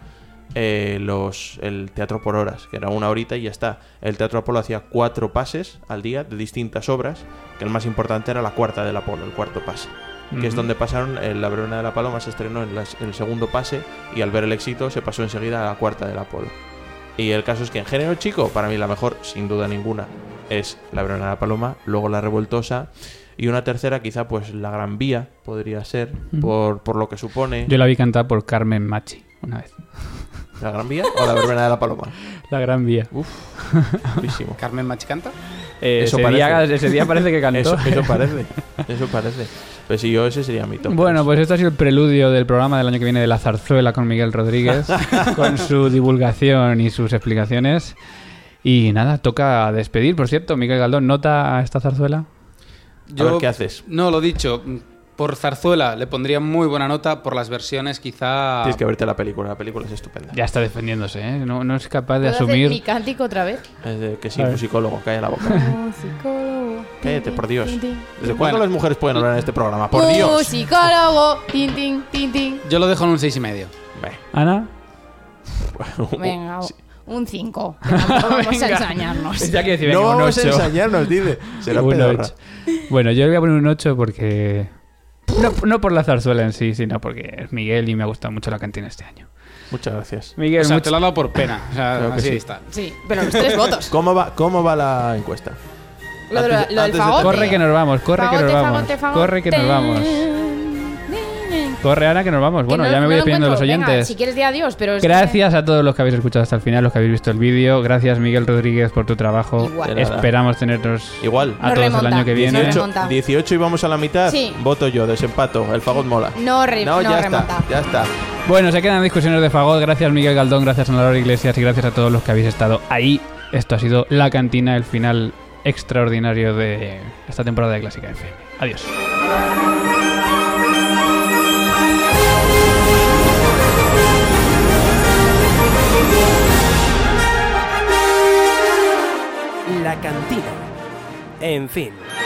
eh, los, el teatro por horas, que era una horita y ya está. El teatro Apolo hacía cuatro pases al día de distintas obras, que el más importante era la cuarta del Apolo, el cuarto pase. Que es
Ujú.
donde pasaron, eh, La Verona de la Paloma se estrenó en, las- en el segundo pase y al ver el éxito se pasó enseguida a la cuarta del Apolo. Y el caso es que en género chico, para mí la mejor, sin duda ninguna, es La Verona de la Paloma, luego La Revoltosa y una tercera quizá pues La Gran Vía podría ser,
Ujú.
por, por lo que supone.
Yo la vi cantada por Carmen Machi una vez.
¿La Gran Vía o La Verbena de la Paloma?
La Gran Vía. Eh,
Uf, durísimo.
¿Carmen Machicanta?
ese día- ese día parece que cantó.
Eso, eso parece. Eso parece. Pues si yo ese sería mi top.
Bueno, pues esto ha sido el preludio del programa del año que viene de la zarzuela con Miguel Rodríguez, con su divulgación y sus explicaciones. Y nada, toca despedir. Por cierto, Miguel Galdón, ¿nota esta zarzuela?
A ver, ¿qué haces?
No, lo dicho. Por zarzuela le pondría muy buena nota, por las versiones quizá...
Tienes que verte la película, la película es estupenda.
Ya está defendiéndose, ¿eh? No, no es capaz de
¿Puedo hacer mi
asumir.
cántico otra vez?
Es de que sí,
A ver.
un psicólogo, calla la boca.
Musicólogo.
Cállate, por Dios. ¿Desde
Bueno.
cuándo las mujeres pueden hablar en este programa? Por Dios.
Musicólogo. Tin, tin, tin, tin.
Yo lo dejo en un seis y medio.
Ana.
Venga, un 5. Vamos a ensañarnos.
Ya que decir,
no
venga, un
vamos a
ocho.
ensañarnos, dice. Será
Un
pedorra.
ocho. Bueno, yo le voy a poner un 8 porque. No, no por la zarzuela en sí, sino porque es Miguel y me ha gustado mucho la cantina este año.
Muchas gracias.
Miguel,
o sea,
mucho-
te lo he dado por pena. O sea,
Creo que
así
sí.
está.
Sí, pero los tres votos.
¿Cómo va, ¿Cómo va la encuesta?
Lo, de-
Antes de-
lo del
antes de-
fagote.
Corre que nos vamos, corre que nos
Fagote,
vamos.
fagote, fagote.
Corre que nos vamos. Corre Ana que nos vamos.
Que
Bueno,
no-
ya me
no
voy
lo
despidiendo de los
encuentro. Venga,
oyentes.
si quieres, di adiós, pero. es que-
Gracias a todos los que habéis escuchado hasta el final, los que habéis visto el vídeo. Gracias Miguel Rodríguez por tu trabajo.
Igual.
De nada.
Esperamos tenernos
Igual.
a todos el año que viene.
18,
remonta.
18 y vamos a la mitad.
Sí.
Voto yo, desempato. El fagot mola.
No re- no
ya
remonta.
está. Ya está.
Bueno, se quedan discusiones de Fagot. Gracias Miguel Galdón, gracias Ana Laura Iglesias y gracias a todos los que habéis estado ahí. Esto ha sido La Cantina, el final extraordinario de esta temporada de Clásica FM. Adiós.
La cantina. En fin.